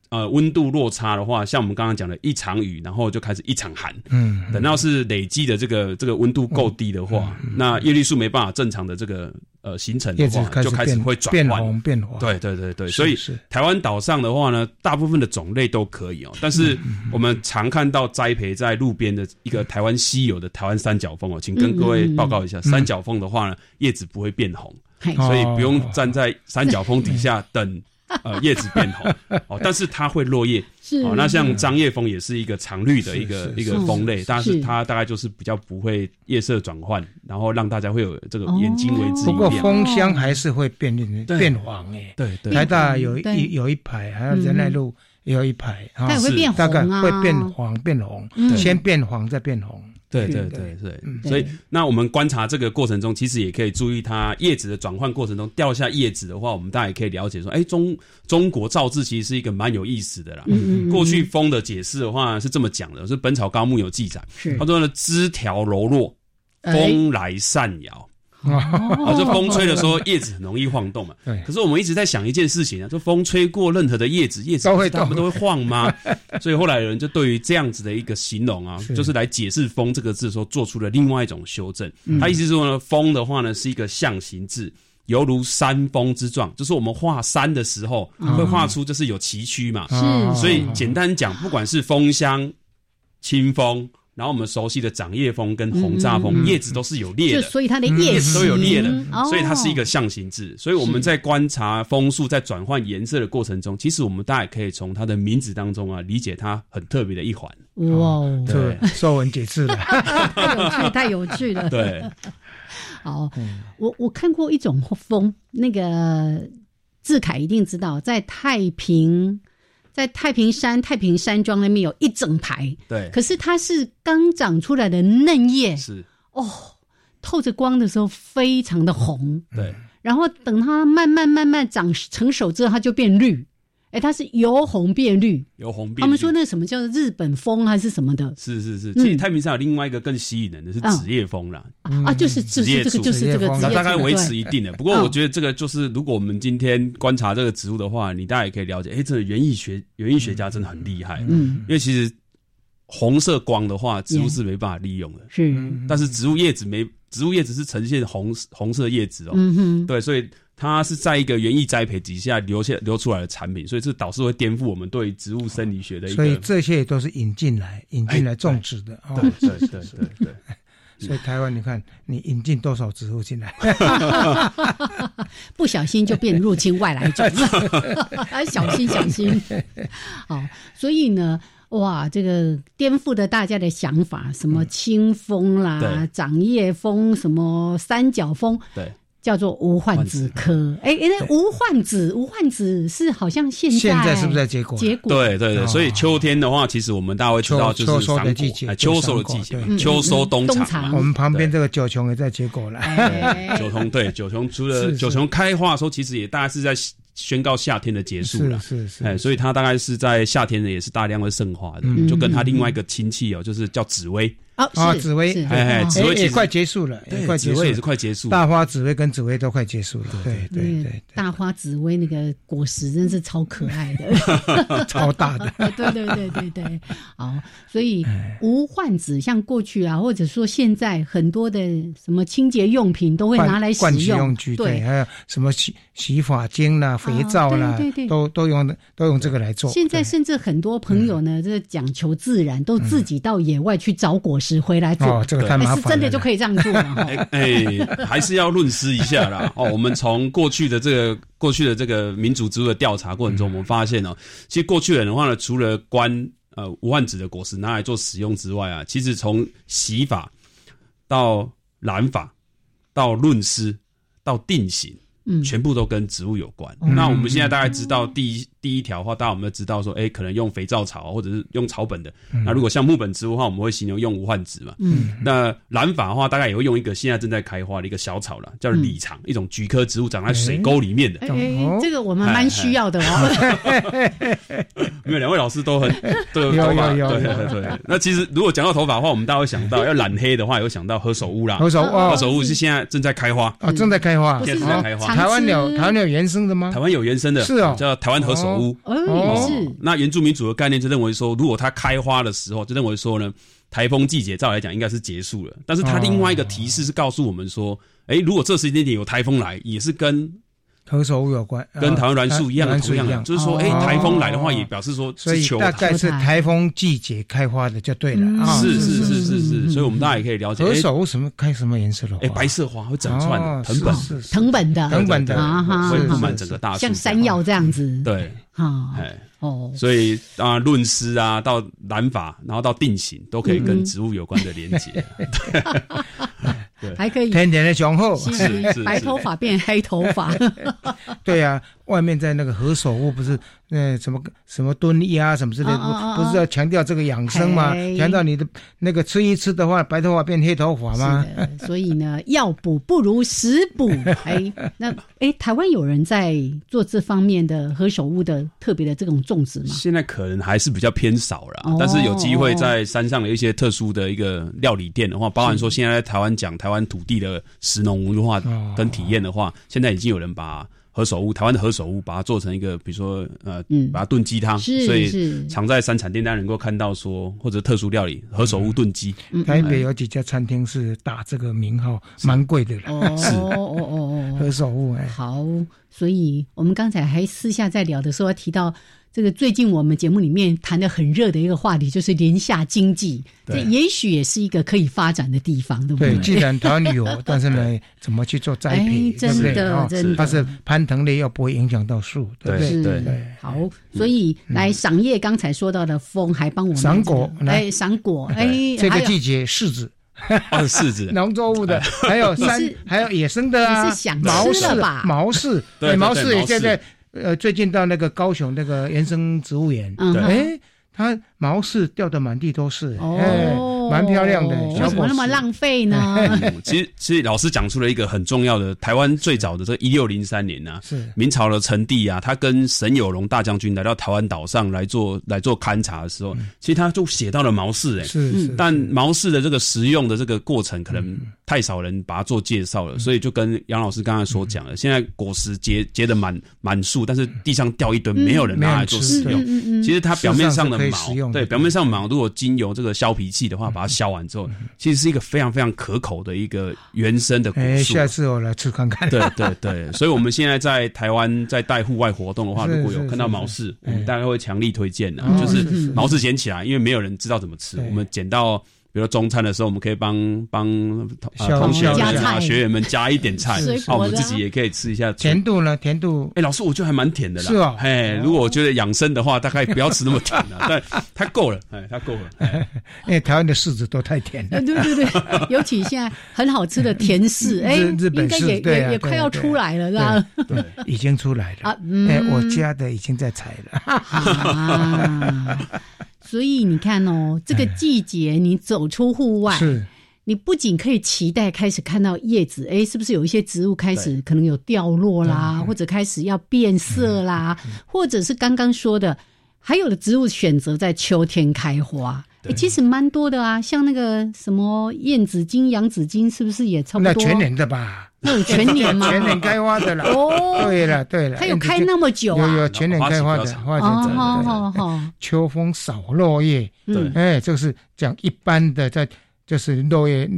[SPEAKER 4] 呃温度落差的话，像我们刚刚讲的一场雨，然后就开始一场寒。
[SPEAKER 1] 嗯，
[SPEAKER 4] 等到是累积的这个这个温度够低的话，那叶绿素没办法正常的这个呃形成
[SPEAKER 1] 叶
[SPEAKER 4] 的
[SPEAKER 1] 子
[SPEAKER 4] 话，就开始
[SPEAKER 1] 变
[SPEAKER 4] 会转
[SPEAKER 1] 变
[SPEAKER 4] 换。
[SPEAKER 1] 红变黄，
[SPEAKER 4] 对对对对，
[SPEAKER 1] 是
[SPEAKER 4] 所以
[SPEAKER 1] 是
[SPEAKER 4] 台湾岛上的话呢，大部分的种类都可以哦。
[SPEAKER 1] 嗯
[SPEAKER 4] 但是我们常看到栽培在路边的一个台湾稀有的台湾三角枫哦，请
[SPEAKER 1] 嗯
[SPEAKER 4] 跟各位报告一下，三角枫的话呢，叶子不会变红，
[SPEAKER 2] 嘿
[SPEAKER 1] 哦
[SPEAKER 4] 所以不用站在三角枫底下等呃叶子变红哦，但是它会落叶。
[SPEAKER 2] 是
[SPEAKER 4] 哦，那像张叶枫也是一个常绿的一个
[SPEAKER 2] 是是
[SPEAKER 4] 一
[SPEAKER 2] 是
[SPEAKER 4] 个枫类，
[SPEAKER 2] 是
[SPEAKER 4] 但是
[SPEAKER 2] 是
[SPEAKER 4] 它大概就是比较不会叶色转换，然后让大家会有这
[SPEAKER 2] 哦
[SPEAKER 4] 个眼睛为之一
[SPEAKER 1] 不过
[SPEAKER 4] 亮。
[SPEAKER 1] 枫香还是会变
[SPEAKER 4] 对
[SPEAKER 1] 变黄哎，
[SPEAKER 4] 对对
[SPEAKER 1] 台大有
[SPEAKER 2] 嗯对嗯
[SPEAKER 1] 一有一排，还有仁爱路也有一排，啊
[SPEAKER 2] 它也会变
[SPEAKER 1] 大概
[SPEAKER 2] 红啊
[SPEAKER 1] 会变黄变红
[SPEAKER 2] 嗯，
[SPEAKER 1] 先变黄再变红，
[SPEAKER 4] 对
[SPEAKER 1] 嗯
[SPEAKER 4] 对对对，
[SPEAKER 1] 嗯
[SPEAKER 4] 所以那我们观察这个过程中，其实也可以注意它叶子的转换过程中掉下叶子的话，我们大家也可以了解说，哎，中中国造字其实是一个蛮有意思的啦。
[SPEAKER 2] 嗯嗯嗯
[SPEAKER 4] 过去风的解释的话是这么讲的，是《本草纲目》有记载，
[SPEAKER 2] 是
[SPEAKER 4] 他说呢，枝条柔弱，
[SPEAKER 2] 嗯哎
[SPEAKER 4] 风来善摇。啊，
[SPEAKER 2] 哦
[SPEAKER 4] 这风吹的时候，叶子很容易晃动嘛。
[SPEAKER 1] 对
[SPEAKER 4] 可是我们一直在想一件事情啊，这风吹过任何的叶子，叶子
[SPEAKER 1] 都
[SPEAKER 4] 不
[SPEAKER 1] 会
[SPEAKER 4] 是它们
[SPEAKER 1] 动
[SPEAKER 4] 都会晃吗？所以后来有人就对于这样子的一个形容啊，就是来解释“风”这个字的时候，做出了另外一种修正。
[SPEAKER 7] 嗯
[SPEAKER 4] 他意思是说呢，风的话呢是一个象形字。犹如山峰之状，就是我们画山的时候、
[SPEAKER 7] 嗯
[SPEAKER 4] 会画出，就是有崎岖嘛。
[SPEAKER 7] 是
[SPEAKER 4] 所以简单讲，不管是风箱、清风，然后我们熟悉的掌叶风跟红炸风，
[SPEAKER 2] 嗯嗯嗯
[SPEAKER 4] 叶子都是有裂
[SPEAKER 2] 就
[SPEAKER 4] 的，
[SPEAKER 2] 所以它的
[SPEAKER 4] 叶
[SPEAKER 2] 叶哦
[SPEAKER 4] 子都有裂的
[SPEAKER 2] 形，
[SPEAKER 4] 所以它是一
[SPEAKER 2] 哦
[SPEAKER 4] 个象形字。所以我们
[SPEAKER 2] 是
[SPEAKER 4] 在观察枫树在转换颜色的过程中，其实我们大家也可以从它的名字当中啊，理解它很特别的一环。
[SPEAKER 2] 哇哦，
[SPEAKER 4] 对
[SPEAKER 1] 这说文解字的，
[SPEAKER 2] 太有趣，太有趣了。
[SPEAKER 4] 对，
[SPEAKER 2] 好，我我看过一种风，那个志凯一定知道，在太平，在太平山太平山庄那边有一整排，
[SPEAKER 4] 对
[SPEAKER 2] 可是它是刚长出来的嫩叶，
[SPEAKER 4] 是
[SPEAKER 2] 哦，透着光的时候非常的红，
[SPEAKER 4] 对，
[SPEAKER 2] 然后等它慢慢慢慢长成熟之后，它就变绿，哎，它是由红变绿。
[SPEAKER 4] 由红变绿。
[SPEAKER 2] 他们说那什么叫日本风还是什么的，
[SPEAKER 4] 是是是，
[SPEAKER 2] 嗯
[SPEAKER 4] 其实太平山有另外一个更吸引人的是紫叶枫啦。
[SPEAKER 2] 啊，就是就
[SPEAKER 4] 嗯职业啊
[SPEAKER 2] 是这个，
[SPEAKER 4] 树
[SPEAKER 2] 哦就是这个职业
[SPEAKER 4] 那
[SPEAKER 2] 树，
[SPEAKER 4] 大概维持
[SPEAKER 2] 对嗯
[SPEAKER 4] 一定的。不过我觉得这个就是，如果我们今天观察这个植物的话，你大家也可以了解，哎，这个园艺学园艺学家真的很厉害。
[SPEAKER 2] 嗯，
[SPEAKER 4] 因为其实红色光的话，植物是没办法利用的。
[SPEAKER 2] 是，
[SPEAKER 4] 嗯 但是植物叶子没，植物叶子是呈现红红色叶子哦。
[SPEAKER 2] 嗯哼
[SPEAKER 4] 对，所以它是在一个园艺栽培底下留下留出来的产品，所以这导致会颠覆我们对植物生理学的一个。哎
[SPEAKER 1] 所以这些也都是引进来引进来种植的哦
[SPEAKER 4] 对对对对对。
[SPEAKER 1] 所以台湾，你看你引进多少植物进来？
[SPEAKER 2] 不小心就变入侵外 来种，小心小心。好，所以呢，哇，这个颠覆了大家的想法，什
[SPEAKER 4] 嗯
[SPEAKER 2] 么清风啦、
[SPEAKER 4] 对
[SPEAKER 2] 掌叶风、什么三角风，
[SPEAKER 4] 对，
[SPEAKER 2] 叫做无患子科。哎，哎那无患子，无患子是好像现在
[SPEAKER 4] 现在是不是在
[SPEAKER 1] 结果
[SPEAKER 2] 结果
[SPEAKER 4] 对对对，所以秋天的话，其实我们大家会知道，就
[SPEAKER 1] 哦秋
[SPEAKER 4] 是
[SPEAKER 1] 收
[SPEAKER 4] 赏
[SPEAKER 1] 的季
[SPEAKER 4] 果
[SPEAKER 1] 节
[SPEAKER 4] 哎，秋收的季节嘛，秋收冬藏嘛。
[SPEAKER 1] 我们旁边这个九琼也在结果了。
[SPEAKER 2] 哎
[SPEAKER 4] 对九重对九重，除了
[SPEAKER 1] 是是
[SPEAKER 4] 九重开花的时候，其实也大概是在宣告夏天的结束了。
[SPEAKER 1] 是是是
[SPEAKER 4] 哎，所以它大概是在夏天呢，也是大量会盛花的，
[SPEAKER 1] 嗯
[SPEAKER 4] 就跟它另外一个亲戚哦，就是叫紫薇。
[SPEAKER 2] 啊
[SPEAKER 1] 啊，紫薇，
[SPEAKER 4] 是哎哎
[SPEAKER 2] 哦
[SPEAKER 4] 紫薇
[SPEAKER 1] 也
[SPEAKER 4] 其实
[SPEAKER 1] 也快结束了，
[SPEAKER 4] 对
[SPEAKER 1] 也哎快结
[SPEAKER 4] 紫
[SPEAKER 1] 束
[SPEAKER 4] 薇
[SPEAKER 1] 了，
[SPEAKER 4] 也是快结束了
[SPEAKER 1] 大花紫薇跟紫薇都快结束了，对对
[SPEAKER 2] 那个
[SPEAKER 1] 对，
[SPEAKER 2] 嗯 大花紫薇那个果实真是超可爱 的，
[SPEAKER 1] 超大的
[SPEAKER 2] 对对对对对，好，所以
[SPEAKER 1] 哎
[SPEAKER 2] 无患子像过去啊，或者说现在很多的什么清洁用品 都会拿来使
[SPEAKER 1] 盥洗
[SPEAKER 2] 用，
[SPEAKER 1] 用具，对，
[SPEAKER 2] 对。哦
[SPEAKER 1] 还有什么洗洗发精啦、肥皂啦
[SPEAKER 2] 对对对，
[SPEAKER 1] 都都用都用这个来做。嗯
[SPEAKER 2] 现在甚至很多朋友呢，这讲求自然，都自己到野外去找果实回来做，
[SPEAKER 4] 哦这个太麻烦了
[SPEAKER 2] 哎是真的就可以这样做了哈。
[SPEAKER 4] 哎，还是要论思一下 啦。哦，我们从过去的这个过去的这个民族植物的调查过程
[SPEAKER 2] 嗯
[SPEAKER 4] 中，我们发现哦，其实过去人的话呢，除了观呃无患子的果实拿来做使用之外啊，其实从洗法到染法到论诗到定型。
[SPEAKER 2] 嗯
[SPEAKER 4] 全部都跟植物有关。
[SPEAKER 2] 嗯
[SPEAKER 4] 那我们现在大概知道第一第一条的话，大家我们知道说，哎，可能用肥皂草或者是用草本的。
[SPEAKER 7] 嗯
[SPEAKER 4] 那如果像木本植物的话，我们会形容用无患子嘛。
[SPEAKER 7] 嗯
[SPEAKER 4] 那兰法的话，大概也会用一个现在正在开花的一个小草了，
[SPEAKER 1] 嗯
[SPEAKER 4] 叫李长，一种菊科植物，长在水沟里面的。
[SPEAKER 2] 哎，哎这个我们蛮需要的
[SPEAKER 4] 哎
[SPEAKER 2] 哦。
[SPEAKER 4] 因为两位老师都很都 有
[SPEAKER 1] 有
[SPEAKER 4] 头发，
[SPEAKER 1] 有有
[SPEAKER 4] 对
[SPEAKER 1] 有
[SPEAKER 4] 对对。那其实如果讲到头发的话，我们大家会想到要染黑的话，也会想到何首乌啦。
[SPEAKER 1] 何首乌哦
[SPEAKER 4] 何首乌是现在正在开花
[SPEAKER 2] 嗯
[SPEAKER 1] 啊，正在开花，
[SPEAKER 4] 现在正在开花。
[SPEAKER 1] 哦台湾鸟，台湾鸟原生的吗？
[SPEAKER 4] 台湾有原生的，
[SPEAKER 1] 啊是哦
[SPEAKER 4] 叫台湾何首乌。
[SPEAKER 1] 哦哦是
[SPEAKER 4] 那原住民主的概念就认为说，如果它开花的时候，就认为说呢，台风季节照来讲应该是结束了。但是
[SPEAKER 7] 哦
[SPEAKER 4] 它另外一个提示是告诉我们说，哎、如果这时间点有台风来，也是跟
[SPEAKER 1] 和手有关，哦
[SPEAKER 4] 跟台湾栾树一样的
[SPEAKER 1] 栾
[SPEAKER 4] 图
[SPEAKER 1] 呃树一
[SPEAKER 4] 样，
[SPEAKER 1] 样，哦
[SPEAKER 4] 就是说，哎，台风来的话，也表示说
[SPEAKER 1] 所
[SPEAKER 4] 是啊
[SPEAKER 1] 以
[SPEAKER 4] 球
[SPEAKER 1] 大概是台风季节开花的就对了
[SPEAKER 2] 嗯
[SPEAKER 1] 啊。
[SPEAKER 4] 是是是是
[SPEAKER 1] 嗯
[SPEAKER 4] 是，所以我们大家也可以了解，
[SPEAKER 1] 何
[SPEAKER 4] 哎，
[SPEAKER 1] 首为什么开什么颜色的花？
[SPEAKER 4] 哎，白色花会整串的
[SPEAKER 1] 哦
[SPEAKER 4] 啊藤本，
[SPEAKER 1] 是是
[SPEAKER 2] 藤本的
[SPEAKER 1] 藤本的
[SPEAKER 2] 啊哈，
[SPEAKER 4] 会布满整个大树，
[SPEAKER 2] 像山药这样子，
[SPEAKER 4] 对，
[SPEAKER 2] 啊
[SPEAKER 4] 哎，
[SPEAKER 2] 哦，
[SPEAKER 4] 所以啊，论诗啊，到染法，然后到定型，都可以
[SPEAKER 1] 嗯
[SPEAKER 4] 跟植物有关的连接。
[SPEAKER 2] 还可以
[SPEAKER 1] 天然的雄厚，
[SPEAKER 2] 是白头发变黑头发，
[SPEAKER 1] 对呀、外面在那个何首乌不是呃什么什么蹲鸭什么之类的，
[SPEAKER 2] 哦哦哦哎
[SPEAKER 1] 不是要强调这个养生吗？
[SPEAKER 2] 嘿
[SPEAKER 1] 强调你的那个吃一吃的话，白头发变黑头发吗？
[SPEAKER 2] 所以呢，药补不如食补。哎，那哎，台湾有人在做这方面的何首乌的特别的这种种植吗？
[SPEAKER 4] 现在可能还是比较偏少啦，
[SPEAKER 2] 哦
[SPEAKER 4] 但是有机会在山上的一些特殊的一个料理店的话，包含说现在在台湾讲台湾土地的食农文化跟体验的话，现在已经有人把。何首乌，台湾的何首乌，把它做成一个，比如说，呃，
[SPEAKER 2] 嗯
[SPEAKER 4] 把它炖鸡汤，
[SPEAKER 2] 是
[SPEAKER 4] 啊所
[SPEAKER 2] 是
[SPEAKER 4] 以常在山产店大家能够看到说，或者特殊料理何首乌炖鸡，
[SPEAKER 1] 台北有几家餐厅是打这个名号，蛮贵的了。
[SPEAKER 2] 哦哦哦
[SPEAKER 1] 何首乌哎，
[SPEAKER 2] 好，所以我们刚才还私下在聊的时候提到，这个最近我们节目里面谈的很热的一个话题就是廉价经济，这
[SPEAKER 1] 对
[SPEAKER 2] 也许也是一个可以发展的地方，对不
[SPEAKER 1] 对，
[SPEAKER 2] 对？
[SPEAKER 1] 既然台湾 有，但是呢，怎么去做栽培，
[SPEAKER 2] 哎
[SPEAKER 1] 对
[SPEAKER 2] 真
[SPEAKER 1] 不对？
[SPEAKER 2] 的
[SPEAKER 1] 哦
[SPEAKER 2] 真的
[SPEAKER 1] 它是攀藤类，又不会影响到树，对不
[SPEAKER 2] 是
[SPEAKER 1] 对？
[SPEAKER 2] 好，所以来赏叶，刚才说到的风还帮我们
[SPEAKER 1] 嗯赏果
[SPEAKER 2] 这个
[SPEAKER 1] 来
[SPEAKER 2] 哎，赏果，哎，
[SPEAKER 1] 这
[SPEAKER 2] 还
[SPEAKER 1] 个
[SPEAKER 2] 有
[SPEAKER 1] 季节柿子，
[SPEAKER 4] 哦，柿子，
[SPEAKER 1] 农作物的，
[SPEAKER 4] 哎
[SPEAKER 1] 还有山
[SPEAKER 2] 你是，
[SPEAKER 1] 还有野生的啊，
[SPEAKER 2] 你是啊想吃
[SPEAKER 1] 毛
[SPEAKER 2] 了
[SPEAKER 1] 柿
[SPEAKER 2] 吧
[SPEAKER 1] 毛柿，
[SPEAKER 4] 对
[SPEAKER 1] 哎
[SPEAKER 4] 对
[SPEAKER 1] 毛
[SPEAKER 4] 对
[SPEAKER 1] 柿也
[SPEAKER 4] 毛
[SPEAKER 1] 现
[SPEAKER 4] 柿
[SPEAKER 1] 在呃最近到那个高雄那个原生植物园，
[SPEAKER 2] 嗯对
[SPEAKER 1] 哎，它毛柿掉的满地都是，哎
[SPEAKER 2] 哦，，
[SPEAKER 1] 蛮漂亮的，
[SPEAKER 2] 为
[SPEAKER 1] 小哎
[SPEAKER 2] 什么
[SPEAKER 1] 果
[SPEAKER 2] 那么
[SPEAKER 1] 实。
[SPEAKER 2] 浪费呢？
[SPEAKER 4] 嗯其实，其实老师讲出了一个很重要的，台湾最早的这一六零三年啊，
[SPEAKER 1] 是
[SPEAKER 4] 明朝的陈帝啊，他跟沈有荣大将军来到台湾岛上来做来做勘察的时候，其实他就写到了毛氏哎、
[SPEAKER 1] 嗯是是嗯
[SPEAKER 4] 但毛氏的这个食用的这个过程，可能太少人把它做介绍了，所以就跟杨老师刚才所讲
[SPEAKER 1] 嗯
[SPEAKER 4] 的，现在果实结结的满满树，但是地上掉一堆，没有人拿来做食用
[SPEAKER 1] 没有人吃对嗯嗯嗯。
[SPEAKER 4] 其实它表面上的
[SPEAKER 1] 事实上是可以
[SPEAKER 4] 毛
[SPEAKER 1] 食用，的
[SPEAKER 4] 对表面上毛，如果经由这个削皮器的话，把它削完之后，
[SPEAKER 1] 嗯
[SPEAKER 4] 其实是一个非常非常可口的一个原生的果
[SPEAKER 1] 哎，
[SPEAKER 4] 树。啊
[SPEAKER 1] 下次我来吃看看。
[SPEAKER 4] 对对对，所以我们现在在台湾在带户外活动的话，
[SPEAKER 1] 是
[SPEAKER 4] 如果有
[SPEAKER 1] 是
[SPEAKER 4] 看到
[SPEAKER 1] 是
[SPEAKER 4] 毛
[SPEAKER 1] 是哎
[SPEAKER 4] 氏，我们大概会强力推荐的
[SPEAKER 2] 嗯
[SPEAKER 1] 哦，
[SPEAKER 4] 就是是
[SPEAKER 1] 是是
[SPEAKER 4] 毛氏捡起来，因为没有人知道怎么吃，
[SPEAKER 1] 对
[SPEAKER 4] 我们捡到。比如说中餐的时候，我们可以帮帮呃
[SPEAKER 1] 小
[SPEAKER 4] 同学
[SPEAKER 1] 加
[SPEAKER 4] 们啊
[SPEAKER 1] 菜
[SPEAKER 4] 学员们加一点菜
[SPEAKER 2] 水，果
[SPEAKER 4] 那我们
[SPEAKER 2] 的啊
[SPEAKER 4] 自己也可以吃一下
[SPEAKER 1] 甜度呢？甜度
[SPEAKER 4] 哎、老师，我觉得还蛮甜的啦。
[SPEAKER 1] 是哦
[SPEAKER 4] 哎，如果我觉得养生的话，大概不要吃那么甜了、 但它够了，哎，它够了。哎
[SPEAKER 1] 因为台湾的柿子都太甜
[SPEAKER 2] 呃，
[SPEAKER 1] 了。
[SPEAKER 2] 对对对，尤其现在很好吃的甜柿，哎，
[SPEAKER 1] 日日
[SPEAKER 2] 应
[SPEAKER 1] 本
[SPEAKER 2] 该
[SPEAKER 1] 柿
[SPEAKER 2] 也
[SPEAKER 1] 对啊
[SPEAKER 2] 也也
[SPEAKER 1] 对啊
[SPEAKER 2] 快要
[SPEAKER 1] 对啊
[SPEAKER 2] 出来了，是吧？
[SPEAKER 1] 对，已经出来了
[SPEAKER 2] 啊。嗯
[SPEAKER 1] 哎，我家的已经在采了。
[SPEAKER 2] 啊， 所以你看哦，这个季节你走出户外，
[SPEAKER 1] 哎是
[SPEAKER 2] 你不仅可以期待开始看到叶子，哎，是不是有一些植物开始可能有掉落啦，或者开始要变
[SPEAKER 1] 嗯
[SPEAKER 2] 色啦，或者是刚刚说的，还有的植物选择在秋天开花。诶其实蛮多的啊，像那个什么燕子金、洋紫金，是不是也差不多？
[SPEAKER 1] 那全年的吧？
[SPEAKER 2] 那有全年吗？
[SPEAKER 1] 全年开花的啦。
[SPEAKER 2] 哦，
[SPEAKER 1] 对了对了，
[SPEAKER 2] 它有开那么久
[SPEAKER 1] 有
[SPEAKER 2] 啊？
[SPEAKER 1] 有全年开花
[SPEAKER 4] 花
[SPEAKER 1] 的
[SPEAKER 4] 期比较长
[SPEAKER 1] 花
[SPEAKER 2] 哦，
[SPEAKER 1] 期比较
[SPEAKER 2] 好
[SPEAKER 1] 长对
[SPEAKER 2] 好好，
[SPEAKER 1] 秋风扫落叶，
[SPEAKER 4] 对
[SPEAKER 1] 哎，这个是讲一般的在就是落叶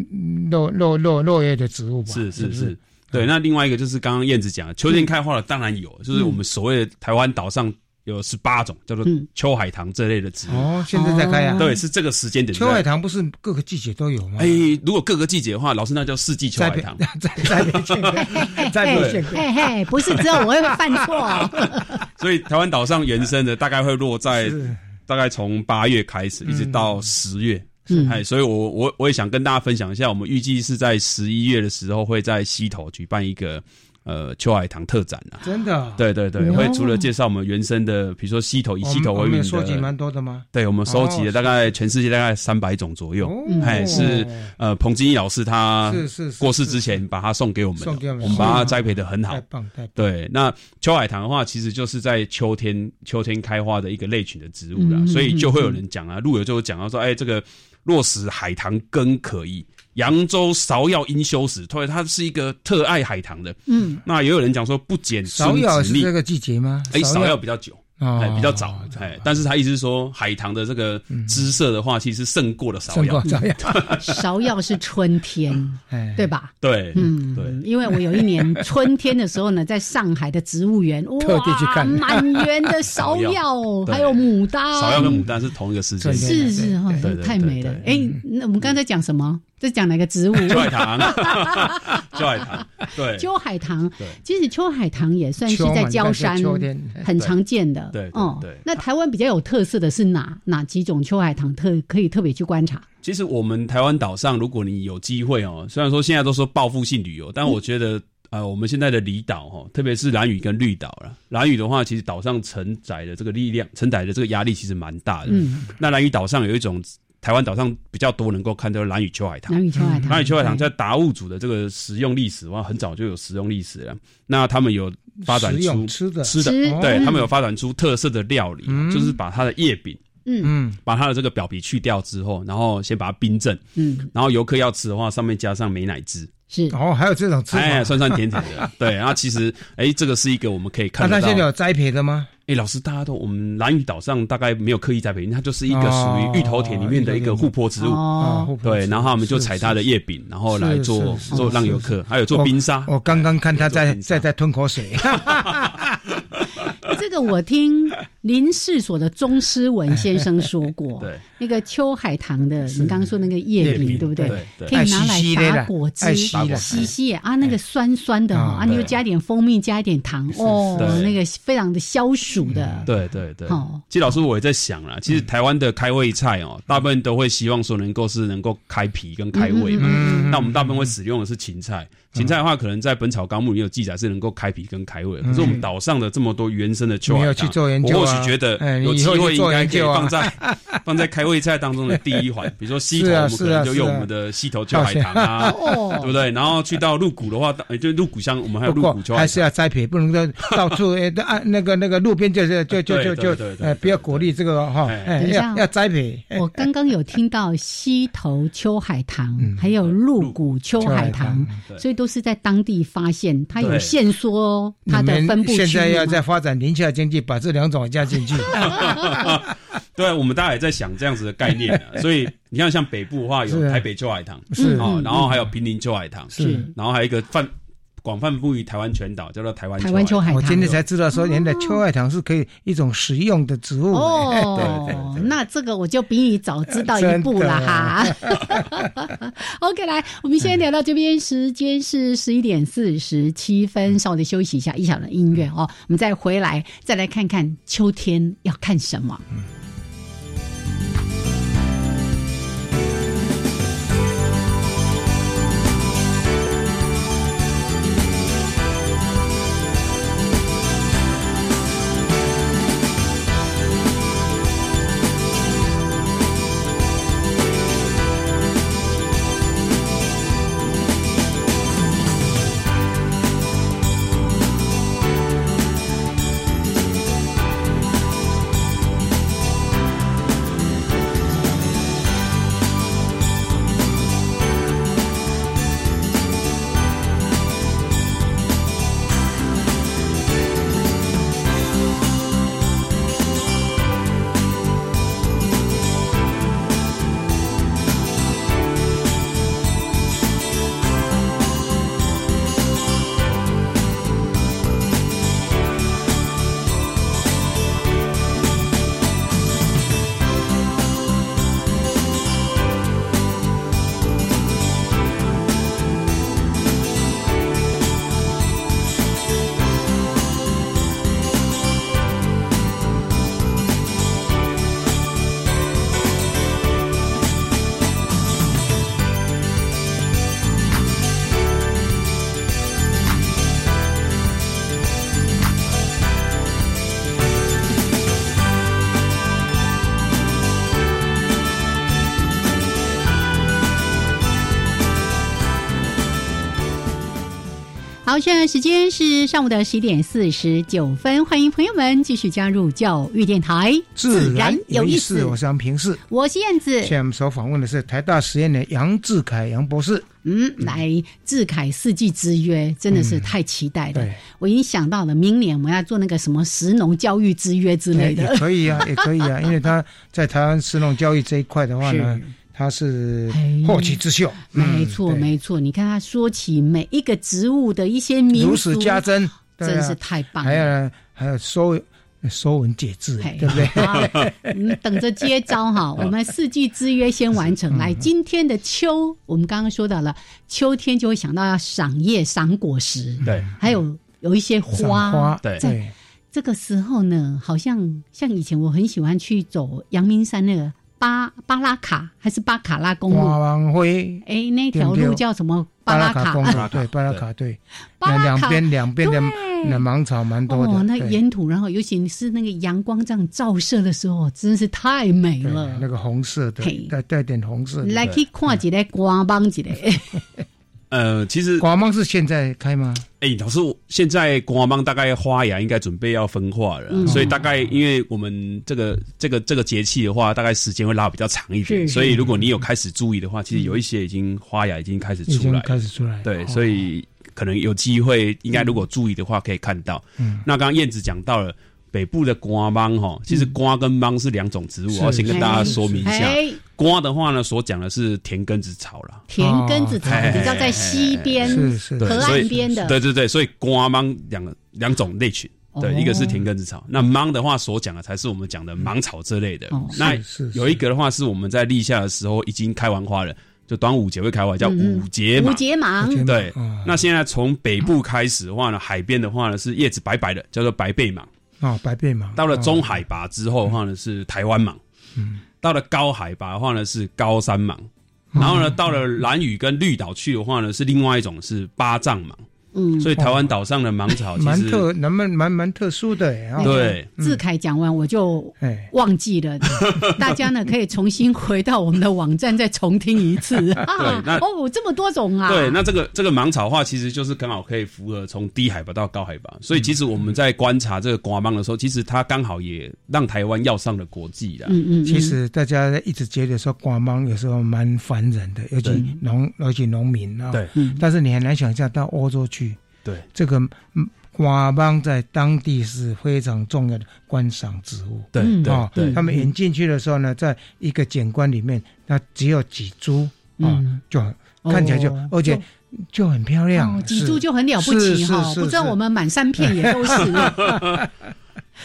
[SPEAKER 1] 落落落落叶的植物吧？是嗯
[SPEAKER 4] 是是
[SPEAKER 1] 不
[SPEAKER 4] 是，对。那另外一个就是刚刚燕子讲的，秋天开花的当然有，就是我们所谓的台湾岛上有十八种叫做
[SPEAKER 2] 嗯
[SPEAKER 4] 秋海棠这类的植物。
[SPEAKER 1] 哦，现在在开啊。
[SPEAKER 4] 对，是这个时间点。
[SPEAKER 1] 秋海。棠不是各个季节都有吗？
[SPEAKER 4] 哎，如果各个季节的话，老师那叫四季秋
[SPEAKER 1] 栽
[SPEAKER 4] 海
[SPEAKER 1] 培
[SPEAKER 4] 棠。
[SPEAKER 1] 栽栽培健康，
[SPEAKER 2] 哎
[SPEAKER 1] 栽培健康。
[SPEAKER 2] 嗯嘿嘿，不是只有我会犯错 哦，
[SPEAKER 4] 所以台湾岛上 原生的大概会落在
[SPEAKER 1] 是
[SPEAKER 4] 大概从八月开始，一直到十月。
[SPEAKER 2] 嗯
[SPEAKER 4] 哎，所以我我我也想跟大家分享一下，我们预计是在十一月的时候会在溪头举办一个呃秋海棠特展啊。
[SPEAKER 1] 真的。
[SPEAKER 4] 对对对，
[SPEAKER 2] 哦
[SPEAKER 4] 会除了介绍我们原生的，比如说溪头以
[SPEAKER 1] 我
[SPEAKER 4] 溪
[SPEAKER 1] 们
[SPEAKER 4] 头
[SPEAKER 1] 我
[SPEAKER 4] 为
[SPEAKER 1] 们
[SPEAKER 4] 名
[SPEAKER 1] 有收集
[SPEAKER 4] 的，
[SPEAKER 1] 蛮多的吗？
[SPEAKER 4] 对我们收集
[SPEAKER 1] 哦
[SPEAKER 4] 了大概全世界大概三百种左右。哎，是呃彭金义老师他
[SPEAKER 1] 是是是
[SPEAKER 4] 过世之前把它送给我们的，
[SPEAKER 1] 送给我们
[SPEAKER 4] 把它栽培的很好
[SPEAKER 1] 太。棒太棒。
[SPEAKER 4] 对，那秋海棠的话，其实就是在秋天秋天开花的一个类群的植物啦，
[SPEAKER 2] 嗯
[SPEAKER 4] 所以就会有人
[SPEAKER 1] 嗯
[SPEAKER 4] 讲啊，陆游就有讲到说，哎，这个落实海棠根可以，扬州芍药应修时，所以他是一个特爱海棠的。
[SPEAKER 2] 嗯，
[SPEAKER 4] 那也有人讲说不减
[SPEAKER 1] 芍
[SPEAKER 4] 孙
[SPEAKER 1] 药
[SPEAKER 4] 子
[SPEAKER 1] 是
[SPEAKER 4] 逆
[SPEAKER 1] 这，个季节吗？
[SPEAKER 4] 哎，芍药比较久，
[SPEAKER 1] 哦
[SPEAKER 4] 哎，比较早，哎，但是他意思是说，海棠的这个姿色的话，其实胜过了芍
[SPEAKER 1] 胜
[SPEAKER 4] 药
[SPEAKER 1] 过，芍药
[SPEAKER 2] 嗯芍药是春天，
[SPEAKER 1] 哎
[SPEAKER 2] 对吧？
[SPEAKER 4] 对，
[SPEAKER 2] 嗯，
[SPEAKER 4] 对，
[SPEAKER 2] 因为我有一年春天的时候呢，在上海的植物园，
[SPEAKER 1] 特地去
[SPEAKER 2] 哇，
[SPEAKER 1] 看
[SPEAKER 2] 满园的芍
[SPEAKER 4] 芍
[SPEAKER 2] 药
[SPEAKER 4] 药， 对
[SPEAKER 2] 还有牡丹，
[SPEAKER 4] 芍药跟牡丹是同一个世界，
[SPEAKER 2] 是是哈
[SPEAKER 4] 对，对
[SPEAKER 2] 太美了。哎，那我们刚才讲什么？在讲哪个 植物？
[SPEAKER 4] 秋海棠，秋海棠，对，
[SPEAKER 2] 秋海棠
[SPEAKER 4] 对，
[SPEAKER 2] 其实秋海棠也算是
[SPEAKER 1] 秋嘛
[SPEAKER 2] 在
[SPEAKER 1] 你
[SPEAKER 2] 焦
[SPEAKER 1] 看
[SPEAKER 2] 山
[SPEAKER 1] 在秋天
[SPEAKER 2] 很常见的。
[SPEAKER 4] 对对对
[SPEAKER 2] 哦
[SPEAKER 4] 对，
[SPEAKER 2] 那台湾比较有特色的是哪哪几种秋海棠特可以特别去观察？
[SPEAKER 4] 其实我们台湾岛上，如果你有机会哦，虽然说现在都说报复性旅游，但我觉得、呃，我们现在的离岛哦，特别是蓝屿跟绿岛啦，蓝屿的话，其实岛上承载的这个力量，承载的这个压力其实蛮大的。
[SPEAKER 2] 嗯，
[SPEAKER 4] 那蓝屿岛上有一种台湾岛上比较多能够看到的蓝屿秋海棠。
[SPEAKER 2] 南屿秋海棠，嗯
[SPEAKER 4] 蓝屿秋海棠在达悟族的这个食用历史的话，很早就有食用历史了。那他们有发展
[SPEAKER 1] 食
[SPEAKER 4] 出
[SPEAKER 1] 用吃的哦
[SPEAKER 4] 吃的，
[SPEAKER 2] 吃
[SPEAKER 4] 对
[SPEAKER 2] 嗯
[SPEAKER 4] 他们有发展出特色的料理，啊
[SPEAKER 1] 嗯
[SPEAKER 4] 就是把它的叶柄。
[SPEAKER 2] 嗯
[SPEAKER 1] 嗯
[SPEAKER 4] 把它的这个表皮去掉之后，然后先把它冰镇，
[SPEAKER 2] 嗯，
[SPEAKER 4] 然后游客要吃的话，上面加上美乃滋，
[SPEAKER 2] 是
[SPEAKER 1] 哦，还有这种吃法，
[SPEAKER 4] 哎，酸酸甜甜的，对。然后其实，哎，这个是一个我们可以
[SPEAKER 1] 啊那
[SPEAKER 4] 看
[SPEAKER 1] 他
[SPEAKER 4] 得到
[SPEAKER 1] 现在。有栽培的吗？
[SPEAKER 4] 哎，老师，大家都我们蓝屿岛上大概没有刻意栽培，因为它就是一个属于芋头田里面的一个护坡植物，
[SPEAKER 2] 哦，
[SPEAKER 1] 哦
[SPEAKER 4] 对。然后我们就采它的叶柄，然后来做
[SPEAKER 1] 是是是哦
[SPEAKER 4] 做让游客，还有做冰沙，
[SPEAKER 1] 啊我我刚刚看他在
[SPEAKER 4] 做冰沙
[SPEAKER 1] 在在吞口水，
[SPEAKER 4] 哦
[SPEAKER 2] 这个我听林氏所的钟诗文先生说过，
[SPEAKER 4] 对，
[SPEAKER 2] 那个秋海棠的，你刚刚说那个叶
[SPEAKER 4] 叶
[SPEAKER 2] 柄，
[SPEAKER 4] 柄
[SPEAKER 2] 对不对
[SPEAKER 4] 对？对
[SPEAKER 2] 可以拿来打果汁
[SPEAKER 1] 爱惜的啦爱惜，
[SPEAKER 2] 吸
[SPEAKER 1] 的
[SPEAKER 2] 吸啊，那个酸酸的哈，
[SPEAKER 1] 嗯
[SPEAKER 2] 啊，你又加点蜂蜜，加一点糖，哦
[SPEAKER 4] 是，嗯
[SPEAKER 2] 那个非常的消暑的，
[SPEAKER 4] 对对对
[SPEAKER 2] 哦，
[SPEAKER 4] 其实老师我也在想啦，其实
[SPEAKER 1] 嗯
[SPEAKER 4] 台湾的开胃菜哦，大部分都会希望说能够是能够开脾跟开胃嘛。
[SPEAKER 1] 嗯
[SPEAKER 4] 那我们大部分会使用的是芹菜，芹菜的话可能在《本草纲目》里面有记载是能够开脾跟开胃的，可是我们岛上的这么多原生的秋
[SPEAKER 1] 嗯没
[SPEAKER 4] 海
[SPEAKER 1] 有去
[SPEAKER 4] 棠，
[SPEAKER 1] 做研究啊
[SPEAKER 4] 我或许觉得
[SPEAKER 1] 哎你
[SPEAKER 4] 有
[SPEAKER 1] 以
[SPEAKER 4] 机
[SPEAKER 1] 后
[SPEAKER 4] 会
[SPEAKER 1] 去
[SPEAKER 4] 应
[SPEAKER 1] 做
[SPEAKER 4] 该可以
[SPEAKER 1] 研究啊
[SPEAKER 4] 放在 放在开胃菜当中的第一环，比如说溪头，
[SPEAKER 1] 是啊
[SPEAKER 4] 我们可
[SPEAKER 1] 是啊
[SPEAKER 4] 能就是
[SPEAKER 1] 啊
[SPEAKER 4] 用我们的溪头秋海棠啊，对不对？然后去到鹿谷的话，哎就鹿谷乡我们还有
[SPEAKER 1] 不
[SPEAKER 4] 鹿
[SPEAKER 1] 过
[SPEAKER 4] 谷秋海
[SPEAKER 1] 还
[SPEAKER 4] 棠
[SPEAKER 1] 是。要栽培，不能说到处哎按那个那个路边就是就就就
[SPEAKER 4] 对对
[SPEAKER 1] 就
[SPEAKER 4] 对对
[SPEAKER 1] 呃
[SPEAKER 4] 对
[SPEAKER 1] 不要鼓励这个哦哈，
[SPEAKER 4] 哎
[SPEAKER 1] 哎
[SPEAKER 2] 等一下
[SPEAKER 1] 要要栽培，
[SPEAKER 2] 我刚刚有听到溪头秋海棠，
[SPEAKER 1] 嗯
[SPEAKER 2] 还有鹿谷秋海棠
[SPEAKER 1] 秋海，
[SPEAKER 4] 对
[SPEAKER 2] 所以都是在当地发现，它有
[SPEAKER 4] 对
[SPEAKER 2] 限缩哦它的
[SPEAKER 1] 你
[SPEAKER 2] 分
[SPEAKER 1] 们
[SPEAKER 2] 布区域
[SPEAKER 1] 现在要
[SPEAKER 2] 吗
[SPEAKER 1] 在发展林下经济，把这两种加 进去，
[SPEAKER 4] 对，我们大家也在想这样子的概念、 啊，所以你看，像北部的话，
[SPEAKER 1] 是
[SPEAKER 4] 有
[SPEAKER 1] 啊
[SPEAKER 4] 台北秋海棠，
[SPEAKER 1] 是嗯
[SPEAKER 4] 哦，然后还有平林秋海棠，
[SPEAKER 1] 是
[SPEAKER 4] 然后还有一个泛广泛布于台湾全岛，叫做台湾
[SPEAKER 2] 台湾秋
[SPEAKER 4] 海
[SPEAKER 2] 海
[SPEAKER 1] 我哦今
[SPEAKER 2] 棠
[SPEAKER 1] 天。才知道说，原来秋海棠是可以一种食用的植物。哎
[SPEAKER 4] 对
[SPEAKER 2] 哦哦，
[SPEAKER 4] 对对
[SPEAKER 2] 那这个我就比你早知道
[SPEAKER 1] 呃
[SPEAKER 2] 一步了哈。OK，来， 我们先聊到这边，时间是十一点四十七分，稍微休息一下，一小段音乐哦，我们再回来，再来看看秋天要看什么。好，现在时间是上午的十一点四十九分，欢迎朋友们继续加入教育电台，
[SPEAKER 1] 自然有意思，我是杨平世。
[SPEAKER 2] 我是燕子，
[SPEAKER 1] 现在我们所访问的是台大实验的杨志凯杨博士。
[SPEAKER 2] 嗯，来志凯世纪之约真的是太期待了。
[SPEAKER 1] 对
[SPEAKER 2] 我已经想到了，明年我们要做那个什么石农教育之约之类的
[SPEAKER 1] 也。可以啊，也可以啊，因为他在台湾石农教育这一块的话呢
[SPEAKER 2] 是，哎
[SPEAKER 1] 他是后起之秀，
[SPEAKER 2] 没错，
[SPEAKER 1] 嗯对
[SPEAKER 2] 没错。你看他说起每一个植物的一些民
[SPEAKER 1] 如
[SPEAKER 2] 俗，
[SPEAKER 1] 此加珍，对啊
[SPEAKER 2] 真是太棒
[SPEAKER 1] 还
[SPEAKER 2] 了。
[SPEAKER 1] 有还有收收文解字，
[SPEAKER 2] 嘿
[SPEAKER 1] 对不对？
[SPEAKER 2] 好你等着接招 哈！我们四季之约先完
[SPEAKER 1] 嗯
[SPEAKER 2] 成。来，今天的秋，我们刚刚说到了，秋天就会想到要赏叶、赏果实，
[SPEAKER 4] 对，
[SPEAKER 2] 还有有一些花。
[SPEAKER 1] 嗯赏花
[SPEAKER 4] 对
[SPEAKER 2] 在这个时候呢，好像像以前我很喜欢去走阳明山那个巴巴拉卡还是巴卡拉公路，
[SPEAKER 1] 花王辉，
[SPEAKER 2] 哎，那条路叫什么？巴
[SPEAKER 1] 拉
[SPEAKER 2] 拉
[SPEAKER 1] 卡
[SPEAKER 2] 卡
[SPEAKER 1] 公
[SPEAKER 2] 啊
[SPEAKER 1] 路，对，巴拉卡对，
[SPEAKER 2] 巴拉
[SPEAKER 1] 那
[SPEAKER 2] 卡
[SPEAKER 1] 两边两边的
[SPEAKER 2] 对
[SPEAKER 1] 那芒草蛮多的，
[SPEAKER 2] 哦，那
[SPEAKER 1] 对
[SPEAKER 2] 沿途，然后尤其是那个阳光这样照射的时候，真是太美
[SPEAKER 1] 对
[SPEAKER 2] 了。
[SPEAKER 1] 那个红色的
[SPEAKER 2] 嘿，
[SPEAKER 1] 带带点红色的，
[SPEAKER 2] 来去看几来光帮几来，
[SPEAKER 4] 呃，其实
[SPEAKER 1] 广芒是现在开吗？
[SPEAKER 4] 哎、老师，我现在国王邦大概花芽应该准备要分化了啊、
[SPEAKER 1] 嗯
[SPEAKER 4] 所以大概因为我们这个这个这个节气的话，大概时间会拉比较长一
[SPEAKER 1] 是
[SPEAKER 4] 点，
[SPEAKER 1] 是
[SPEAKER 4] 所以如果你有开始注意的话，其实有一些已经花芽已经开始
[SPEAKER 1] 已
[SPEAKER 4] 出来
[SPEAKER 1] 经
[SPEAKER 4] 了，
[SPEAKER 1] 开始出来，哦
[SPEAKER 4] 对，所以可能有机会，应该如果注意的话，可以看到。
[SPEAKER 1] 嗯
[SPEAKER 4] 那刚刚燕子讲到了。北部的瓜芒哈，其实瓜跟芒是两种植物，
[SPEAKER 1] 是
[SPEAKER 4] 我要先跟大家说明一下
[SPEAKER 2] 哎。
[SPEAKER 4] 瓜的话呢，所讲的是田根子草啦，
[SPEAKER 2] 田根子草
[SPEAKER 4] 哦
[SPEAKER 2] 比较在西边、
[SPEAKER 4] 是
[SPEAKER 1] 是
[SPEAKER 4] 对
[SPEAKER 2] 河
[SPEAKER 4] 所
[SPEAKER 2] 岸
[SPEAKER 4] 以
[SPEAKER 2] 边的，
[SPEAKER 4] 对对对，所以瓜芒两个两种类群，对，
[SPEAKER 2] 哦
[SPEAKER 4] 一个是田根子草，那芒的话所讲的才是我们讲的芒草这类的
[SPEAKER 2] 哦。
[SPEAKER 4] 那
[SPEAKER 1] 是是是
[SPEAKER 4] 有一个的话是我们在立夏的时候已经开完花了，就端午节会开花，叫
[SPEAKER 2] 嗯
[SPEAKER 4] 五
[SPEAKER 1] 哎
[SPEAKER 4] 节
[SPEAKER 2] 五
[SPEAKER 4] 芒。
[SPEAKER 2] 节芒，
[SPEAKER 4] 对，
[SPEAKER 1] 嗯哦
[SPEAKER 4] 那现在从北部开始的话呢，海边的话呢是叶子白白的，叫做白背芒。
[SPEAKER 1] 啊，白背芒，
[SPEAKER 4] 到了中海拔之后的话呢是台湾芒，
[SPEAKER 1] 嗯，
[SPEAKER 4] 到了高海拔的话呢是高山芒，然后
[SPEAKER 1] 嗯
[SPEAKER 4] 呢到了蓝屿跟绿岛去的话呢是另外一种是巴掌芒。
[SPEAKER 2] 嗯，
[SPEAKER 4] 所以台湾岛上的芒草其
[SPEAKER 1] 哦蛮
[SPEAKER 4] 实
[SPEAKER 1] 特，蛮蛮蛮蛮特殊的，哎啊
[SPEAKER 4] 对
[SPEAKER 2] 志凯讲完我就
[SPEAKER 1] 哎
[SPEAKER 2] 忘记 了，大家呢可以重新回到我们的网站再重听一 次啊
[SPEAKER 4] 那。
[SPEAKER 2] 哦，这么多种啊！
[SPEAKER 4] 对，那这个这个芒草的话，其实就是刚好可以符合从低海拔到高海拔，所以其实我
[SPEAKER 1] 嗯
[SPEAKER 4] 们在观察这个瓜芒的时候，其实它刚好也让台湾要上了国际了。
[SPEAKER 2] 嗯
[SPEAKER 1] 其实大家一直觉得说瓜芒有时候蛮烦人的，尤
[SPEAKER 4] 对
[SPEAKER 1] 其农，尤其农民啊。
[SPEAKER 4] 对
[SPEAKER 2] 嗯
[SPEAKER 1] 但是你很难想象到欧洲去，
[SPEAKER 4] 对
[SPEAKER 1] 这个嗯瓜芒在当地是非常重要的观赏植物。
[SPEAKER 4] 对
[SPEAKER 2] 嗯
[SPEAKER 4] 对
[SPEAKER 1] 哦
[SPEAKER 4] 对，
[SPEAKER 1] 他们引进去的时候呢，在一个景观里面，那只有几株啊
[SPEAKER 2] 嗯，
[SPEAKER 1] 就很看起来就
[SPEAKER 2] 哦，
[SPEAKER 1] 而且就很漂亮
[SPEAKER 2] 哦，，脊柱
[SPEAKER 1] 是
[SPEAKER 2] 就很了不起
[SPEAKER 1] 是
[SPEAKER 2] 哈，
[SPEAKER 1] 是是
[SPEAKER 2] 不知道
[SPEAKER 1] 是
[SPEAKER 2] 我们满山遍野都是。
[SPEAKER 4] 对啊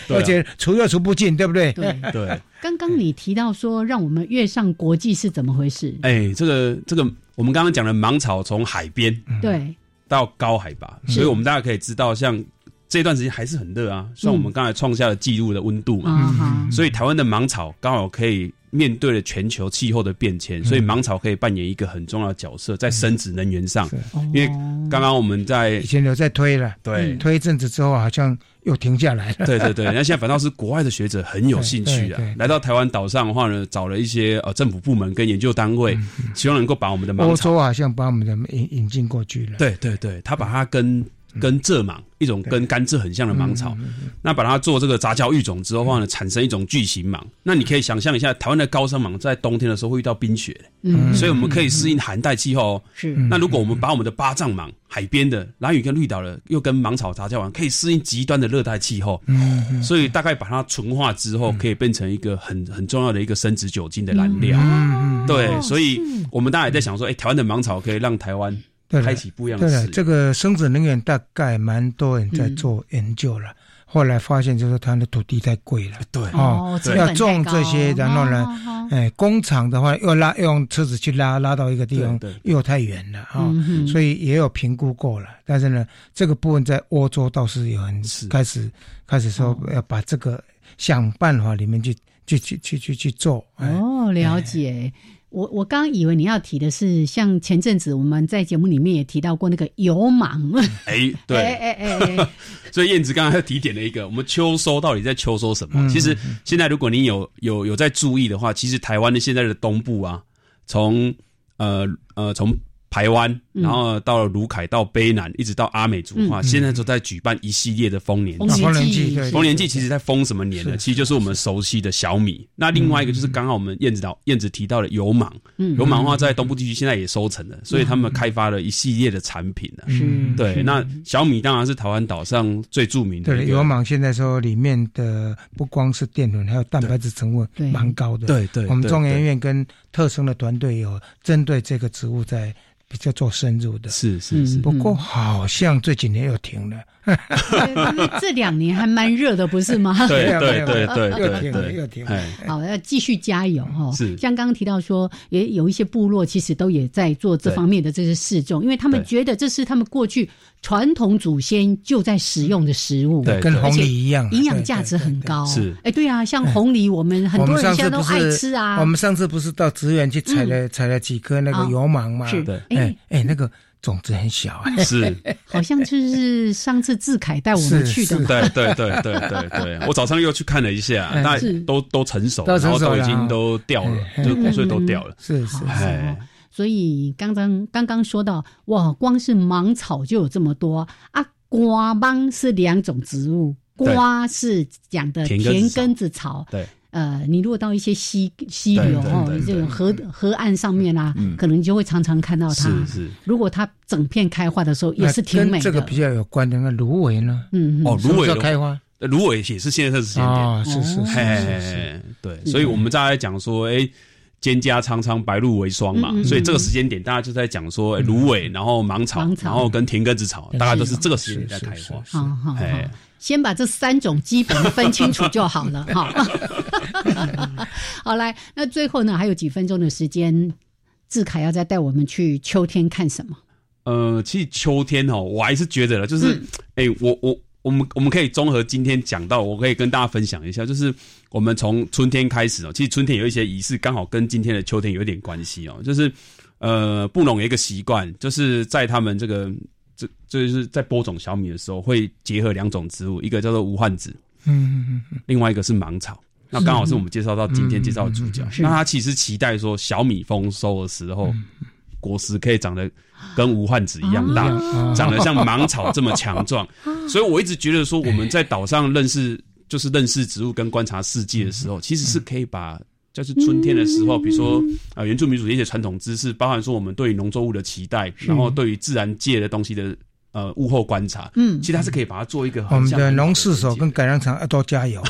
[SPEAKER 1] 而且除又除不尽，对不对？
[SPEAKER 2] 对，
[SPEAKER 4] 对，
[SPEAKER 2] 刚刚你提到说让我们跃上国际是怎么回事？
[SPEAKER 4] 哎，这个这个我们刚刚讲的芒草从海边
[SPEAKER 1] 嗯
[SPEAKER 2] 对，
[SPEAKER 4] 到高海拔，所以我们大家可以知道，像这段时间还是很热啊，像我
[SPEAKER 1] 嗯
[SPEAKER 4] 们刚才创下了纪录的温度嘛，
[SPEAKER 2] 啊哈，
[SPEAKER 4] 所以台湾的芒草刚好可以面对了全球气候的变
[SPEAKER 1] 嗯
[SPEAKER 4] 迁，所以芒草可以扮演一个很重要的角色在生殖能源上
[SPEAKER 1] 是。
[SPEAKER 4] 因为
[SPEAKER 2] 哦
[SPEAKER 4] 刚刚我们在
[SPEAKER 1] 以前有在推了，嗯
[SPEAKER 4] 对
[SPEAKER 1] 推一阵子之后好像又停下来了。
[SPEAKER 4] 对对对，那现在反倒是国外的学者很有兴趣
[SPEAKER 1] 对对
[SPEAKER 4] 啊
[SPEAKER 1] 对，
[SPEAKER 4] 来到台湾岛上的话呢，找了一些呃政府部门跟研究单位，希望能够把我们的芒
[SPEAKER 1] 欧
[SPEAKER 4] 草，
[SPEAKER 1] 洲好嗯像把我们的引引进过去了。
[SPEAKER 4] 对对对，他把它
[SPEAKER 1] 嗯
[SPEAKER 4] 跟跟蔗芒一种跟甘蔗很像的芒草，
[SPEAKER 1] 嗯
[SPEAKER 4] 那把它做这个杂交育种之后的话呢，产生一种巨型芒。那你可以想象一下，台湾的高山芒在冬天的时候会遇到冰雪，
[SPEAKER 2] 嗯，
[SPEAKER 4] 所以我们可以适应寒带气候、
[SPEAKER 1] 嗯
[SPEAKER 4] 哦。
[SPEAKER 2] 是
[SPEAKER 4] 那如果我们把我们的巴掌芒、海边的蓝屿跟绿岛的，又跟芒草杂交完，可以适应极端的热带气候。
[SPEAKER 1] 嗯，嗯
[SPEAKER 4] 所以大概把它纯化之后，可以变成一个很很重要的一个生殖酒精的燃料。
[SPEAKER 1] 嗯嗯，
[SPEAKER 4] 对，所以我们大家也在想说，哎、台湾的芒草可以让台湾
[SPEAKER 1] 对了
[SPEAKER 4] 开启不一样
[SPEAKER 1] 对
[SPEAKER 4] 的
[SPEAKER 1] 了
[SPEAKER 4] 视，野。
[SPEAKER 1] 这个生殖能源大概蛮多人在做研究
[SPEAKER 4] 嗯
[SPEAKER 1] 了。后来发现就是它的土地太贵了，
[SPEAKER 4] 对
[SPEAKER 2] 哦成本
[SPEAKER 1] 要种这些，
[SPEAKER 2] 太高
[SPEAKER 1] 然后呢，
[SPEAKER 4] 嗯
[SPEAKER 2] 哦
[SPEAKER 1] 哎，工厂的话又拉用车子去拉，拉到一个地方
[SPEAKER 4] 对对
[SPEAKER 1] 又太远了啊、
[SPEAKER 2] 嗯哼
[SPEAKER 1] 所以也有评估过了。但是呢，这个部分在欧洲倒是有人
[SPEAKER 4] 是
[SPEAKER 1] 开始开始说要把这个想办法里面去去去去去去做。哎、
[SPEAKER 2] 哦，了解。我我刚以为你要提的是，像前阵子我们在节目里面也提到过那个油芒，
[SPEAKER 4] 哎、
[SPEAKER 2] 哎
[SPEAKER 4] 对，
[SPEAKER 2] 哎 哎哎，
[SPEAKER 4] 所以燕子刚才提点了一个，我们秋收到底在秋收什么？
[SPEAKER 1] 嗯
[SPEAKER 4] 其实现在如果你有有有在注意的话，其实台湾的现在的东部啊，从呃呃从台湾
[SPEAKER 1] 嗯
[SPEAKER 4] 然后到了卢凯，到卑南，一直到阿美族话，
[SPEAKER 8] 嗯
[SPEAKER 4] 现在都在举办一系列的丰年
[SPEAKER 8] 丰年祭
[SPEAKER 1] 哦啊丰年祭对
[SPEAKER 4] 丰年祭其实在丰什么年
[SPEAKER 1] 是
[SPEAKER 4] 呢？其实就是我们熟悉的小米。那另外一个就是刚好我们燕子岛燕子提到的油芒，
[SPEAKER 1] 嗯
[SPEAKER 4] 油芒的话在东部地区现在也收成了，所以他们开发了一系列的产品啊呢、
[SPEAKER 1] 是
[SPEAKER 4] 对，
[SPEAKER 1] 嗯是
[SPEAKER 4] 那小米当然是台湾岛上最著名的
[SPEAKER 1] 对，
[SPEAKER 4] 一个
[SPEAKER 1] 油芒现在说里面的不光是淀粉，还有蛋白质成分蛮高的。
[SPEAKER 4] 对对对
[SPEAKER 1] 我们中研院跟特生的团队有针对这个植物在比较做深入的。
[SPEAKER 4] 是 是是，
[SPEAKER 1] 不过好像这几年又停了。？
[SPEAKER 2] 因为这两年还蛮热的，不是吗
[SPEAKER 1] 对
[SPEAKER 4] 对对对
[SPEAKER 1] 又
[SPEAKER 4] 对
[SPEAKER 1] 停了
[SPEAKER 4] 对，
[SPEAKER 1] 又停了
[SPEAKER 4] 哎，
[SPEAKER 2] 好，要继续加油哈、哦！
[SPEAKER 4] 是
[SPEAKER 2] 像刚刚提到说，也有一些部落其实都也在做这
[SPEAKER 4] 对
[SPEAKER 2] 方面的这些试种，因为他们
[SPEAKER 4] 对
[SPEAKER 2] 觉得这是他们过去传统祖先就在食用的食物，
[SPEAKER 1] 对跟
[SPEAKER 2] 而
[SPEAKER 1] 红
[SPEAKER 2] 且
[SPEAKER 1] 梨一样啊
[SPEAKER 2] 营
[SPEAKER 1] 对
[SPEAKER 2] 养
[SPEAKER 1] 对
[SPEAKER 2] 价值很高。
[SPEAKER 1] 是
[SPEAKER 2] 哎，对啊，像红梨，我们很
[SPEAKER 1] 我
[SPEAKER 2] 多
[SPEAKER 1] 们
[SPEAKER 2] 人
[SPEAKER 1] 上
[SPEAKER 2] 现在
[SPEAKER 1] 次
[SPEAKER 2] 都
[SPEAKER 1] 不
[SPEAKER 2] 爱
[SPEAKER 1] 是
[SPEAKER 2] 吃啊。
[SPEAKER 1] 我们上次不是到植物园去采
[SPEAKER 2] 嗯
[SPEAKER 1] 了采了几颗那
[SPEAKER 2] 哦
[SPEAKER 1] 个油芒嘛？
[SPEAKER 2] 是嗯
[SPEAKER 1] 对，
[SPEAKER 2] 哎
[SPEAKER 1] 哎哎，那个种子很小啊。
[SPEAKER 4] 是
[SPEAKER 2] 好像就是上次志凯带我们去的嘛，
[SPEAKER 4] 对对对对对对，我早上又去看了一下，
[SPEAKER 1] 嗯
[SPEAKER 4] 那
[SPEAKER 2] 是
[SPEAKER 4] 都都成熟，
[SPEAKER 1] 都
[SPEAKER 4] 然
[SPEAKER 1] 成
[SPEAKER 4] 后
[SPEAKER 1] 熟
[SPEAKER 4] 都已
[SPEAKER 1] 了
[SPEAKER 4] 经
[SPEAKER 1] 啊
[SPEAKER 4] 都掉了，
[SPEAKER 1] 嗯
[SPEAKER 4] 就是果穗都
[SPEAKER 2] 嗯
[SPEAKER 4] 掉了。
[SPEAKER 1] 是是哦
[SPEAKER 4] 哎，
[SPEAKER 2] 所以刚刚刚刚说到，哇，光是芒草就有这么多啊！瓜芒是两种植物，
[SPEAKER 4] 对
[SPEAKER 2] 瓜是讲的
[SPEAKER 4] 田
[SPEAKER 2] 田
[SPEAKER 4] 根子草
[SPEAKER 2] 根子草。
[SPEAKER 4] 对
[SPEAKER 2] 呃，你如果到一些溪溪流
[SPEAKER 4] 对对
[SPEAKER 2] 哦
[SPEAKER 4] 对，对
[SPEAKER 2] 这种河河岸上面啊，
[SPEAKER 4] 嗯
[SPEAKER 2] 可能就会常常看到它。
[SPEAKER 4] 是是。
[SPEAKER 2] 如果它整片开花的时候，也
[SPEAKER 1] 那
[SPEAKER 2] 是挺美
[SPEAKER 1] 跟
[SPEAKER 2] 的。
[SPEAKER 1] 这个比较有关的那芦苇呢？
[SPEAKER 2] 嗯
[SPEAKER 4] 哦，
[SPEAKER 1] 什么
[SPEAKER 4] 芦苇
[SPEAKER 1] 时候
[SPEAKER 4] 的
[SPEAKER 1] 开花，
[SPEAKER 4] 呃芦苇也是现在这个时间点
[SPEAKER 1] 哦是是是
[SPEAKER 4] 哎
[SPEAKER 1] 是是
[SPEAKER 4] 哎对，所以我们大家讲说，哎，蒹葭苍苍，白露为霜嘛
[SPEAKER 2] 嗯嗯，嗯
[SPEAKER 4] 所以这个时间点大家就在讲说，哎芦苇，然后芒草
[SPEAKER 2] 芒，草
[SPEAKER 4] 然后跟田根子草，大概都是这个时间点在开花。
[SPEAKER 2] 好好好
[SPEAKER 4] 哎，
[SPEAKER 2] 先把这三种基本分清楚就好 了哈。 好来，那最后呢，还有几分钟的时间，志凯要再带我们去秋天看什么？
[SPEAKER 4] 呃，其实秋天哦，我还是觉得了，就是，哎、我我我们我们可以综合今天讲到，我可以跟大家分享一下，就是我们从春天开始哦，其实春天有一些仪式，刚好跟今天的秋天有点关系哦，就是呃，布农有一个习惯，就是在他们这个这这就是在播种小米的时候，会结合两种植物，一个叫做无患子，
[SPEAKER 1] 嗯嗯嗯
[SPEAKER 4] 另外一个是芒草。那刚好是我们介绍到今天介绍的主角，
[SPEAKER 1] 是
[SPEAKER 4] 那他其实期待说小米丰收的时候，果实可以长得跟无患子一样大，
[SPEAKER 1] 啊
[SPEAKER 4] 长得像芒草这么 强壮。所以我一直觉得说我们在岛上认识就是认识植物跟观察四季的时
[SPEAKER 1] 嗯
[SPEAKER 4] 候，其实是可以把。就是春天的时候，比如说呃原住民族的一些传统知识，包含说我们对于农作物的期待，然后对于自然界的东西的呃物后观察，
[SPEAKER 2] 嗯
[SPEAKER 4] 其实它是可以把它做一个
[SPEAKER 1] 哦我
[SPEAKER 4] 很
[SPEAKER 1] 们
[SPEAKER 4] 像
[SPEAKER 1] 的农事手跟改良场要多加 油。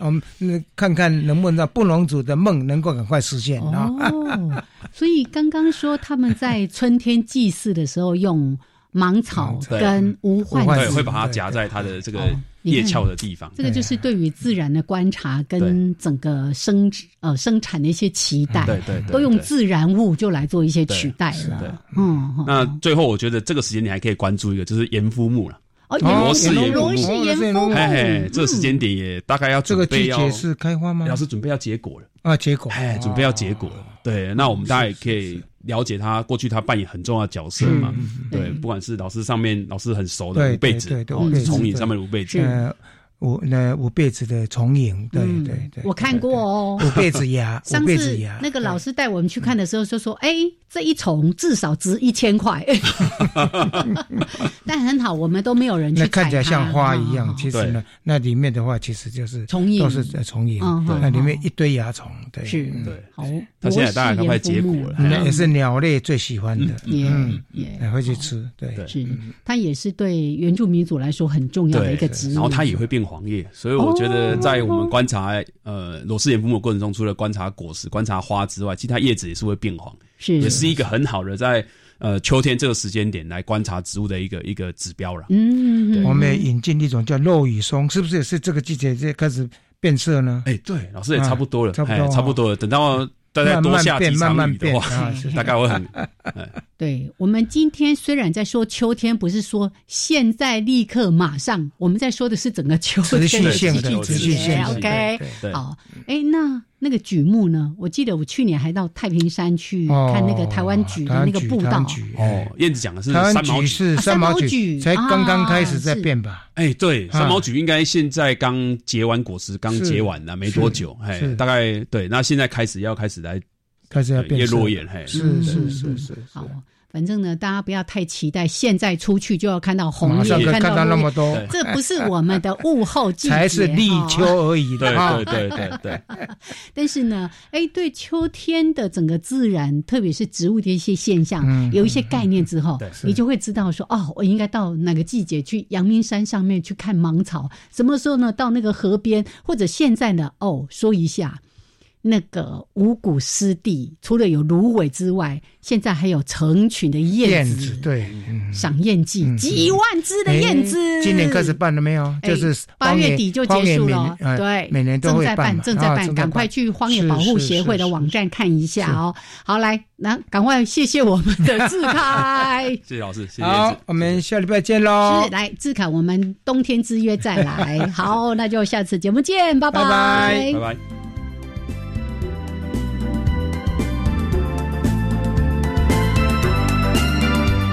[SPEAKER 1] 我们嗯看看能不能让布农族的梦能够赶快实现啊！
[SPEAKER 2] 哦，所以刚刚说他们在春天祭祀的时候用芒草
[SPEAKER 4] 对
[SPEAKER 2] 跟无患
[SPEAKER 4] 对，
[SPEAKER 2] 子，
[SPEAKER 4] 会把它夹在它的这
[SPEAKER 1] 哦
[SPEAKER 4] 个
[SPEAKER 2] 你
[SPEAKER 4] 叶
[SPEAKER 2] 看
[SPEAKER 4] 鞘的地方。哎
[SPEAKER 2] 这个就是对于自然的观察跟整个生呃生产的一些期待，
[SPEAKER 4] 嗯对对对
[SPEAKER 2] 都用
[SPEAKER 4] 对
[SPEAKER 2] 自然物就来做一些取代
[SPEAKER 4] 对
[SPEAKER 2] 了。嗯，哦
[SPEAKER 4] 那最后，我觉得这个时间你还可以关注一个，就是盐夫木了。
[SPEAKER 2] 哦，
[SPEAKER 4] 罗
[SPEAKER 2] 也
[SPEAKER 4] 氏
[SPEAKER 2] 罗
[SPEAKER 4] 盐
[SPEAKER 2] 罗
[SPEAKER 4] 木
[SPEAKER 2] 氏
[SPEAKER 1] 哦
[SPEAKER 2] 盐
[SPEAKER 1] 罗氏盐
[SPEAKER 2] 木
[SPEAKER 1] 木
[SPEAKER 4] 哎，嘿这个时间点也大概要
[SPEAKER 1] 这个
[SPEAKER 4] 准备
[SPEAKER 1] 季
[SPEAKER 4] 要
[SPEAKER 1] 节是开花吗
[SPEAKER 4] 老？师准备要结果了，
[SPEAKER 1] 啊，结果哦
[SPEAKER 4] 哎，准备要结果了。对，那我们大家也可以了解他过去他扮演很重要的角色嘛
[SPEAKER 1] 是。
[SPEAKER 4] 对，不管是老师上面老师很熟的
[SPEAKER 1] 对
[SPEAKER 4] 吴贝子
[SPEAKER 1] 对对，对
[SPEAKER 4] 哦
[SPEAKER 1] 吴贝子
[SPEAKER 4] 丛林
[SPEAKER 1] 对
[SPEAKER 4] 上面的吴贝子，
[SPEAKER 1] 呃，五那五辈子的重影，对
[SPEAKER 2] 嗯
[SPEAKER 1] 对对，
[SPEAKER 2] 我看过哦。
[SPEAKER 1] 五辈子 牙，
[SPEAKER 2] 上
[SPEAKER 1] 五辈子
[SPEAKER 2] 次
[SPEAKER 1] 牙，
[SPEAKER 2] 那个老师带我们去看的时候，就说：“哎，这一丛至少值一千块。”但很好，我们都没有人去
[SPEAKER 1] 那看起来
[SPEAKER 2] 采它
[SPEAKER 1] 像花一
[SPEAKER 2] 哦
[SPEAKER 1] 样，其实呢，那里面的话其实就是
[SPEAKER 2] 重影
[SPEAKER 1] 都是在重影
[SPEAKER 2] 嗯，
[SPEAKER 1] 对
[SPEAKER 2] 嗯
[SPEAKER 1] 那里面一堆蚜虫，对，
[SPEAKER 2] 是
[SPEAKER 1] 嗯
[SPEAKER 4] 对，
[SPEAKER 2] 好，
[SPEAKER 4] 他现在大概快结果了
[SPEAKER 2] 罗氏盐
[SPEAKER 1] 那
[SPEAKER 2] 木
[SPEAKER 1] 也是鸟类最喜欢的，
[SPEAKER 2] 也哦
[SPEAKER 1] 嗯，
[SPEAKER 2] 也
[SPEAKER 1] 哎会去吃，对，
[SPEAKER 2] 是，它也是对原住民族来说很重要的一个植物。
[SPEAKER 4] 然后它也会变黄叶，所以我觉得在我
[SPEAKER 1] 哦
[SPEAKER 4] 们观察呃裸丝岩父母过程中，除了观察果实、观察花之外，其实它叶子也是会变黄，
[SPEAKER 2] 是
[SPEAKER 4] 也
[SPEAKER 1] 嗯
[SPEAKER 4] 是一个很好的在呃秋天这个时间点来观察植物的一个一个指标了。
[SPEAKER 2] 嗯，
[SPEAKER 1] 我们也引进一种叫肉羽松，是不是也是这个季节就开始变色呢？
[SPEAKER 4] 哎，对，老师也差不多
[SPEAKER 1] 啊
[SPEAKER 4] 了，
[SPEAKER 1] 差不多
[SPEAKER 4] 哎
[SPEAKER 1] 哦
[SPEAKER 4] 差不多了。等到大家多下几
[SPEAKER 1] 慢
[SPEAKER 4] 场
[SPEAKER 1] 慢
[SPEAKER 4] 雨的
[SPEAKER 1] 变
[SPEAKER 4] 话，嗯
[SPEAKER 1] 慢慢变啊是
[SPEAKER 4] 大 概会很
[SPEAKER 2] 对，我们今天虽然在说秋天，不是说现在立刻马上，我们在说的是整个秋天
[SPEAKER 1] 持续性的
[SPEAKER 2] 季节
[SPEAKER 1] 持续性的
[SPEAKER 2] OK，
[SPEAKER 1] 对
[SPEAKER 4] 对
[SPEAKER 2] 好，哎，那那个榉木呢？我记得我去年还到太平山去嗯
[SPEAKER 1] 哦
[SPEAKER 2] 看那个台湾榉的那个步道，
[SPEAKER 4] 哦。燕子讲的是
[SPEAKER 1] 台湾
[SPEAKER 4] 三
[SPEAKER 1] 菊
[SPEAKER 4] 毛菊，
[SPEAKER 1] 是
[SPEAKER 2] 啊
[SPEAKER 1] 三毛
[SPEAKER 2] 三毛菊
[SPEAKER 1] 菊，才刚刚开始在
[SPEAKER 2] 啊
[SPEAKER 1] 变吧？
[SPEAKER 4] 哎，对，三
[SPEAKER 1] 啊
[SPEAKER 4] 毛菊应该现在刚结完果实，刚
[SPEAKER 1] 是
[SPEAKER 4] 结完了没多久，
[SPEAKER 1] 是
[SPEAKER 4] 哎
[SPEAKER 1] 是，
[SPEAKER 4] 大概对。那现在开始要开始来
[SPEAKER 1] 开始要变
[SPEAKER 4] 叶
[SPEAKER 1] 色
[SPEAKER 4] 落叶，嘿，
[SPEAKER 1] 是
[SPEAKER 2] 嗯
[SPEAKER 1] 是
[SPEAKER 2] 嗯
[SPEAKER 1] 是
[SPEAKER 2] 嗯
[SPEAKER 1] 是，
[SPEAKER 2] 好。反正呢，大家不要太期待，现在出去就要看到红
[SPEAKER 1] 马
[SPEAKER 2] 叶
[SPEAKER 1] 上，就看
[SPEAKER 2] 到
[SPEAKER 1] 到那
[SPEAKER 2] 落
[SPEAKER 1] 么
[SPEAKER 2] 叶
[SPEAKER 1] 多
[SPEAKER 2] 这不是我们的物候季节，
[SPEAKER 1] 才是立秋
[SPEAKER 2] 哦
[SPEAKER 1] 而已的哈。
[SPEAKER 4] 对对对对对，。
[SPEAKER 2] 但是呢，哎，对秋天的整个自然，特别是植物的一些现象，
[SPEAKER 1] 嗯
[SPEAKER 2] 有一些概念之后，
[SPEAKER 1] 对是
[SPEAKER 2] 你就会知道说，哦，我应该到哪个季节去阳明山上面去看芒草，什么时候呢？到那个河边，或者现在呢？哦，说一下。那个五谷湿地，除了有芦苇之外，现在还有成群的燕
[SPEAKER 1] 燕
[SPEAKER 2] 子，
[SPEAKER 1] 子对，嗯
[SPEAKER 2] 赏燕季，几万只的燕子
[SPEAKER 1] 哎，今年开始办了没有？
[SPEAKER 2] 哎
[SPEAKER 1] 就是
[SPEAKER 2] 八
[SPEAKER 1] 荒野
[SPEAKER 2] 月底就结束了
[SPEAKER 1] 荒野每，年呃
[SPEAKER 2] 对，
[SPEAKER 1] 每年都
[SPEAKER 2] 正
[SPEAKER 1] 会
[SPEAKER 2] 在
[SPEAKER 1] 办嘛，
[SPEAKER 2] 正在
[SPEAKER 1] 啊
[SPEAKER 2] 办，赶快去荒野保护协会的。网站看一下哦。好，来，那赶快谢谢我们的志凯
[SPEAKER 4] 谢谢老师，谢
[SPEAKER 1] 是是是
[SPEAKER 4] 谢
[SPEAKER 1] 好，我们下礼拜见喽。
[SPEAKER 2] 是，来志凯，我们冬天之约再来。好，那就下次节目见，拜
[SPEAKER 1] 拜拜
[SPEAKER 4] 拜拜。